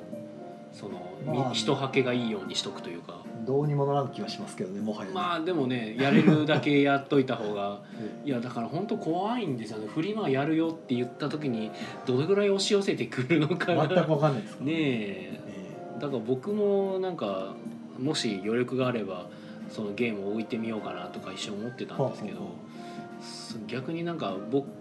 [SPEAKER 1] その、み
[SPEAKER 2] まあ
[SPEAKER 1] 人はけがいいようにしとくというか
[SPEAKER 2] どうにもならん気はしますけどねもはやね、
[SPEAKER 1] まあでもねやれるだけやっといた方が
[SPEAKER 2] うん
[SPEAKER 1] いやだから本当怖いんですよねフリマやるよって言った時にどれぐらい押し寄せてくるのかが
[SPEAKER 2] 全く分かんないですから
[SPEAKER 1] ね
[SPEAKER 2] え
[SPEAKER 1] えだから僕もなんかもし余力があればそのゲームを置いてみようかなとか一瞬思ってたんですけど、
[SPEAKER 2] ほうほ
[SPEAKER 1] す逆になんか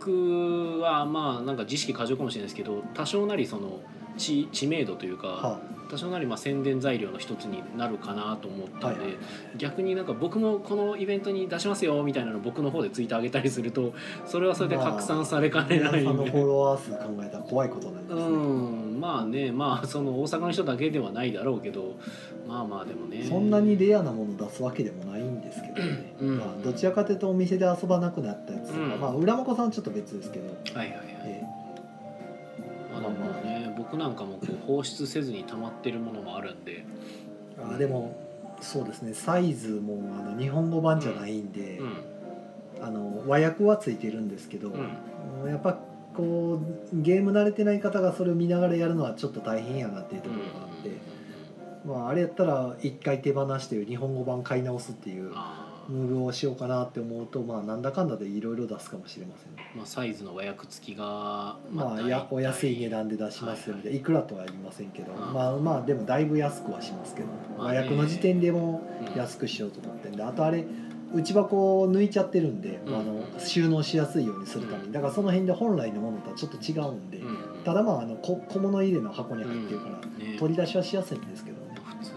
[SPEAKER 1] 僕はまあなんか知識過剰かもしれないですけど多少なりその知知名度というか、
[SPEAKER 2] えは
[SPEAKER 1] 多少なりまあ宣伝材料の一つになるかなと思ったんで、
[SPEAKER 2] はいはい
[SPEAKER 1] 逆になんか僕もこのイベントに出しますよみたいなの僕の方でツイート上げたりするとそれはそれで拡散されかねないんで、
[SPEAKER 2] 皆さんのフォロワー数考えたら怖いことになりますね、
[SPEAKER 1] うんまあねまあその大阪の人だけではないだろうけどまあまあでもね
[SPEAKER 2] そんなにレアなもの出すわけでもないんですけどね、
[SPEAKER 1] うん
[SPEAKER 2] まあ、どちらかというとお店で遊ばなくなったやつとか、
[SPEAKER 1] うん
[SPEAKER 2] まあ浦真子さんはちょっと別ですけど、
[SPEAKER 1] はいはいはい、
[SPEAKER 2] え
[SPEAKER 1] まあ、でもね僕なんかもこう放出せずに溜まってるものもあるんで
[SPEAKER 2] ーあでもそうですねサイズもあの日本語版じゃないんで、
[SPEAKER 1] うん
[SPEAKER 2] あの和訳はついてるんですけど、
[SPEAKER 1] うん
[SPEAKER 2] うんやっぱこうゲーム慣れてない方がそれを見ながらやるのはちょっと大変やなっていうところがあって、まあ、あれやったら一回手放して日本語版買い直すっていう
[SPEAKER 1] あー
[SPEAKER 2] ムーブをしようかなって思うと、まあ、なんだかんだでいろいろ出すかもしれませんね
[SPEAKER 1] まあ、サイズの和訳付きが
[SPEAKER 2] まあ、やお安い値段で出しますよみたいないくらとは言いませんけど、まあまあでもだいぶ安くはしますけど、
[SPEAKER 1] まあ
[SPEAKER 2] 和
[SPEAKER 1] ね
[SPEAKER 2] 訳の時点でも安くしようと思ってんであとあれ内箱を抜いちゃってるんで、
[SPEAKER 1] うん
[SPEAKER 2] あの収納しやすいようにするため
[SPEAKER 1] うん
[SPEAKER 2] にだからその辺で本来のものとはちょっと違うんで、
[SPEAKER 1] くうん、
[SPEAKER 2] ただまああのこ小物入れの箱に
[SPEAKER 1] う
[SPEAKER 2] 入ってるから、
[SPEAKER 1] んね、
[SPEAKER 2] 取り出しはしやすいんですけどね
[SPEAKER 1] 普通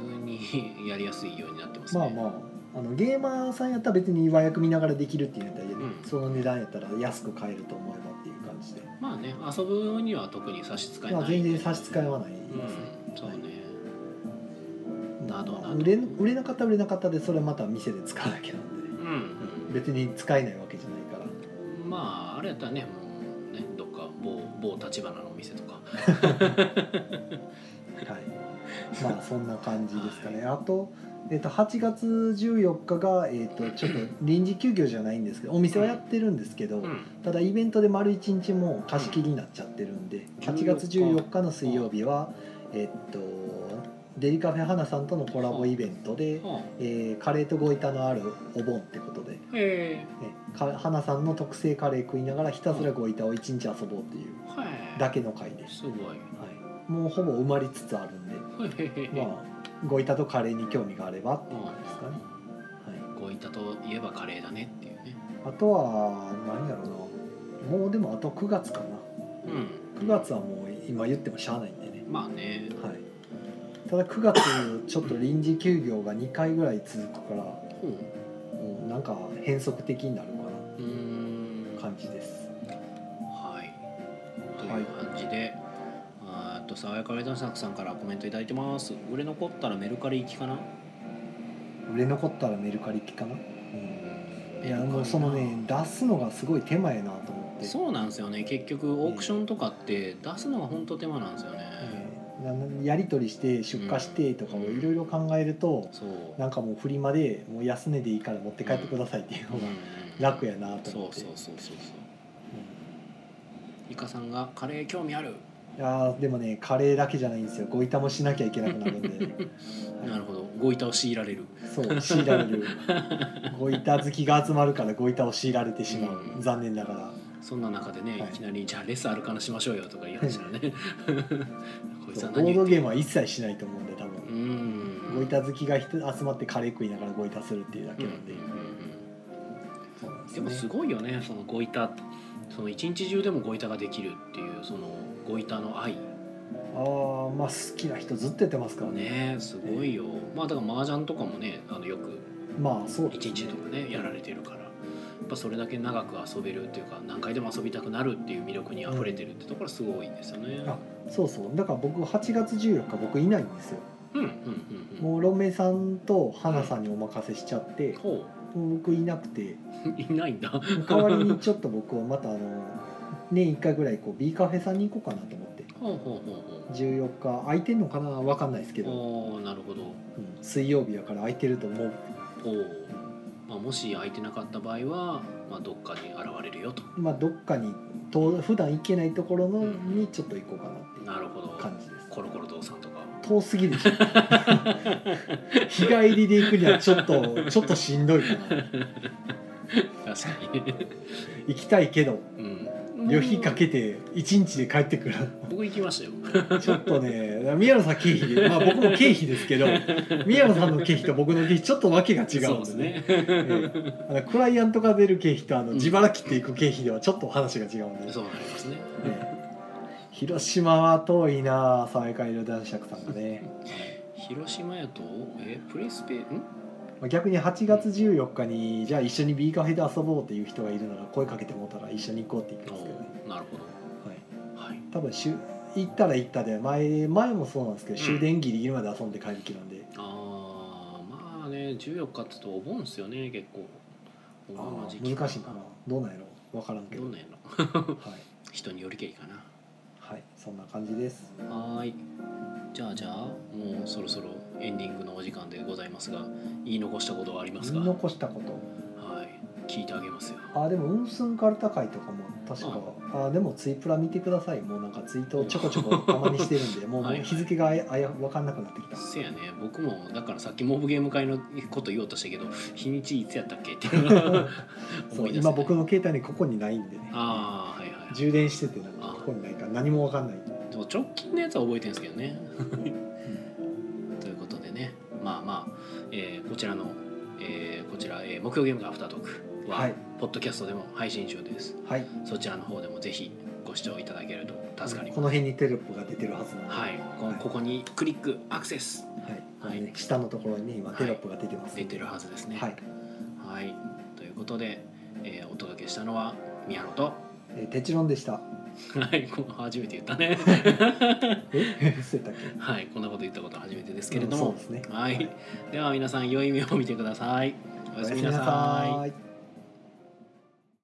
[SPEAKER 1] にやりやすいようになってます
[SPEAKER 2] ま
[SPEAKER 1] ね
[SPEAKER 2] あまああのゲーマーさんやったら別に和訳見ながらできるっていうんやったら、
[SPEAKER 1] ん
[SPEAKER 2] その値段やったら安く買えると思えばっていう感感じで、
[SPEAKER 1] まあね遊ぶには特に差し支えない、
[SPEAKER 2] まあ、全然差し支えはない
[SPEAKER 1] うん
[SPEAKER 2] ですね、
[SPEAKER 1] そうね
[SPEAKER 2] まあ
[SPEAKER 1] などなど
[SPEAKER 2] 売れ売れなかったら売れなかったでそれはまた店で使うだけなんでね、
[SPEAKER 1] うん、
[SPEAKER 2] 別に使えないわけじゃないから
[SPEAKER 1] うん、まああれやったらねもうねどっか某某立花のお店とか
[SPEAKER 2] はい、まあそんな感じですかね。あと、えっと8月14日が、えっとちょっと臨時休業じゃないんですけどお店はやってるんですけど、
[SPEAKER 1] うん
[SPEAKER 2] ただイベントで丸一日もう貸し切りになっちゃってるんで、
[SPEAKER 1] うん
[SPEAKER 2] 8月14日の水曜日は、えっとデリカフェ花さんとのコラボイベントで、
[SPEAKER 1] はあ
[SPEAKER 2] えーカレーとごいたのあるお盆ってことで、ね、
[SPEAKER 1] へ
[SPEAKER 2] か花さんの特製カレー食いながらひたすらごいたを一日遊ぼうっていう
[SPEAKER 1] えはい
[SPEAKER 2] だけの回です。
[SPEAKER 1] すごい
[SPEAKER 2] はい、もうほぼ埋まりつつあるん で。
[SPEAKER 1] へへへへ
[SPEAKER 2] まあ、ごいたとカレーに興味があればっていう感じですかね。は
[SPEAKER 1] ごいたといえばカレーだねっていうね
[SPEAKER 2] い、あとは、何やろうな。もうでもあと9月かな。
[SPEAKER 1] うん
[SPEAKER 2] 9月はもう今言ってもしゃあないんでね。
[SPEAKER 1] まあね
[SPEAKER 2] はい。ただ9月ちょっと臨時休業が2回ぐらい続くから、も
[SPEAKER 1] ほう
[SPEAKER 2] うなんか変則的になるかな
[SPEAKER 1] うーん
[SPEAKER 2] って感じです。
[SPEAKER 1] はいと
[SPEAKER 2] はいいう
[SPEAKER 1] 感じで、あーっと爽やかレダンサクさんからコメントいただいてます売れ残ったらメルカリ行きかな
[SPEAKER 2] 売れ残ったらメルカリ行きかな。うんい
[SPEAKER 1] メルカ
[SPEAKER 2] や
[SPEAKER 1] リな
[SPEAKER 2] もうそのね出すのがすごい手前やなと思って。
[SPEAKER 1] そうなんですよね結局オークションとかって出すのが本当手間なんですよね、
[SPEAKER 2] なやり取りして出荷してとかをいろいろ考えると、
[SPEAKER 1] そう
[SPEAKER 2] なんかもうフリマでもう安値でいいから持って帰ってくださいっていう
[SPEAKER 1] う
[SPEAKER 2] の
[SPEAKER 1] ん
[SPEAKER 2] が楽やなと
[SPEAKER 1] そ
[SPEAKER 2] 思っ
[SPEAKER 1] う
[SPEAKER 2] て、
[SPEAKER 1] そううんそうそうそうイカさんがカレー興味ある、
[SPEAKER 2] いやーでもねカレーだけじゃないんですよごいたもしなきゃいけなくなるんで、 はい
[SPEAKER 1] なるほどご板を強いられる
[SPEAKER 2] そう強いられるごいた好きが集まるからごいたを強いられてしまう、
[SPEAKER 1] うん
[SPEAKER 2] 残念ながら
[SPEAKER 1] そんな中でね、
[SPEAKER 2] はい
[SPEAKER 1] い、きなり「じゃあレスアルカナしましょうよ」とか言い話だ ねこいつ
[SPEAKER 2] そ
[SPEAKER 1] は
[SPEAKER 2] うボ
[SPEAKER 1] 何
[SPEAKER 2] ー
[SPEAKER 1] 言
[SPEAKER 2] ド
[SPEAKER 1] っ
[SPEAKER 2] ゲ
[SPEAKER 1] て
[SPEAKER 2] ームは一切しないと思うんで多
[SPEAKER 1] うん
[SPEAKER 2] 分、ごいた好きがひと集まってカレー食いながらごいたするっていうだ
[SPEAKER 1] う
[SPEAKER 2] け
[SPEAKER 1] んう
[SPEAKER 2] なんんで、
[SPEAKER 1] うん
[SPEAKER 2] そうなんです
[SPEAKER 1] で
[SPEAKER 2] よ
[SPEAKER 1] も
[SPEAKER 2] ね
[SPEAKER 1] すごいよねそのご板その一日中でもご板ができるっていうそのご板の愛
[SPEAKER 2] ああまあ好きな人ずっとやってますからね
[SPEAKER 1] ねすごいよ、まあだから麻雀とかもねあのよく
[SPEAKER 2] まあそうです
[SPEAKER 1] 1日とかねやられてるからやっぱそれだけ長く遊べるっていうか何回でも遊びたくなるっていう魅力にあふれてるってところはすごいですよね。
[SPEAKER 2] あそうそうだから僕8月14日僕いないんですよ
[SPEAKER 1] うんうんうんうん。
[SPEAKER 2] もうロメさんと花さんにお任せしちゃって、
[SPEAKER 1] ほ
[SPEAKER 2] もう僕いなくて
[SPEAKER 1] う いないんだ。
[SPEAKER 2] 代わりにちょっと僕はまたあの年1回ぐらいこう B カフェさんに行こうかなと思って
[SPEAKER 1] ほうほうほう
[SPEAKER 2] 14日空いてんのかなわかんないですけ
[SPEAKER 1] ほう。
[SPEAKER 2] ど、
[SPEAKER 1] おおなるほど。
[SPEAKER 2] うん水曜日やから空いてると思う
[SPEAKER 1] おお。まあもし空いてなかった場合はまあどっかに現れるよと。
[SPEAKER 2] まあどっかにと普段行けないところの
[SPEAKER 1] うん
[SPEAKER 2] にちょっと行こうかなってい
[SPEAKER 1] なるほど
[SPEAKER 2] う。感じです
[SPEAKER 1] コロコロ堂さんとか。
[SPEAKER 2] 遠すぎるでしょ日帰りで行くにはちょっとちょっとしんどいかな
[SPEAKER 1] 確かに。
[SPEAKER 2] 行きたいけど
[SPEAKER 1] うん。
[SPEAKER 2] 旅費か。けて1日で帰ってくる
[SPEAKER 1] 僕行きましたよ。
[SPEAKER 2] ちょっとね、宮野さん経費で、まあ僕も経費ですけど、宮野さんの経費と僕の経費ちょっとわけが 違
[SPEAKER 1] そううんで
[SPEAKER 2] ですね。
[SPEAKER 1] ね。
[SPEAKER 2] ええあのクライアントが出る経費とあの
[SPEAKER 1] うん
[SPEAKER 2] 自腹切っていく経費ではちょっとお話が違うんで、
[SPEAKER 1] そうなりますね。
[SPEAKER 2] ええ広島は遠いな、爽やか色男爵さんがね。
[SPEAKER 1] 広島やとえプレスペん？
[SPEAKER 2] まあ逆に8月14日にじゃあ一緒に B カフェで遊ぼうっていう人がいるなら声かけてもらったら一緒に行こうって言って
[SPEAKER 1] お
[SPEAKER 2] ますけどね。
[SPEAKER 1] おなるほど。
[SPEAKER 2] はい、
[SPEAKER 1] はい。
[SPEAKER 2] 多分しゅ行ったら行ったで前前もそうなんですけど
[SPEAKER 1] うん
[SPEAKER 2] 終電ギリギリまで遊んで帰る気なんで。
[SPEAKER 1] ああまあね14日って言うとお盆っすよね結構お盆
[SPEAKER 2] あ
[SPEAKER 1] の時
[SPEAKER 2] ー
[SPEAKER 1] 期
[SPEAKER 2] 難しいかなどうなんやろ分からんけ
[SPEAKER 1] ど
[SPEAKER 2] ど
[SPEAKER 1] うなんやろ
[SPEAKER 2] はい、
[SPEAKER 1] 人によりけりかな
[SPEAKER 2] はい、そんな感じです
[SPEAKER 1] はーいじゃあじゃあもうそろそろエンディングのお時間でございますが言い残したことはありますか
[SPEAKER 2] 言い
[SPEAKER 1] は
[SPEAKER 2] 残したこと
[SPEAKER 1] い聞いてあげますよ
[SPEAKER 2] あーでもウンスンカルタ会とかも確かあーでもツイプラ見てくださいもうなんかツイートをちょこちょこたまにしてる んでもうもう
[SPEAKER 1] はい
[SPEAKER 2] 日付があやあや分かんなくなってきた
[SPEAKER 1] せやね僕もだからさっきモブゲーム会のこと言おうとしたけど日にちいつやったっけって いうのが
[SPEAKER 2] そ
[SPEAKER 1] 思
[SPEAKER 2] う
[SPEAKER 1] い出せな
[SPEAKER 2] 今
[SPEAKER 1] い
[SPEAKER 2] 僕の携帯にここにないんでね
[SPEAKER 1] ああはいはい
[SPEAKER 2] 充電しててなんか
[SPEAKER 1] あー
[SPEAKER 2] ここにないから何も分かんない
[SPEAKER 1] でも直近のやつは覚えてるんですけどね。ということでねまあまあ、えーこちらの、えーこちら、えー木曜ゲーム会アフタートークは、
[SPEAKER 2] はい
[SPEAKER 1] ポッドキャストでも配信中です
[SPEAKER 2] はい
[SPEAKER 1] そちらの方でもぜひご視聴いただけると助かり
[SPEAKER 2] こ
[SPEAKER 1] ます
[SPEAKER 2] の辺にテロップが出てるはずなので、
[SPEAKER 1] はいこここにクリックアクセス
[SPEAKER 2] はい
[SPEAKER 1] はい
[SPEAKER 2] あのね下のところにね今テロップが出てますんで、
[SPEAKER 1] 出てるはずですね
[SPEAKER 2] はい
[SPEAKER 1] はいということで、えーお届けしたのは宮野と
[SPEAKER 2] ええー、テチロンでした
[SPEAKER 1] はいこ初めて言ったね
[SPEAKER 2] えそうやったっけ
[SPEAKER 1] はいこんなこと言ったことは初めてですけれど
[SPEAKER 2] う
[SPEAKER 1] も
[SPEAKER 2] んそうですね
[SPEAKER 1] はい、では皆さん良い夢を見てくださいお
[SPEAKER 2] お
[SPEAKER 1] やすみなさい
[SPEAKER 2] い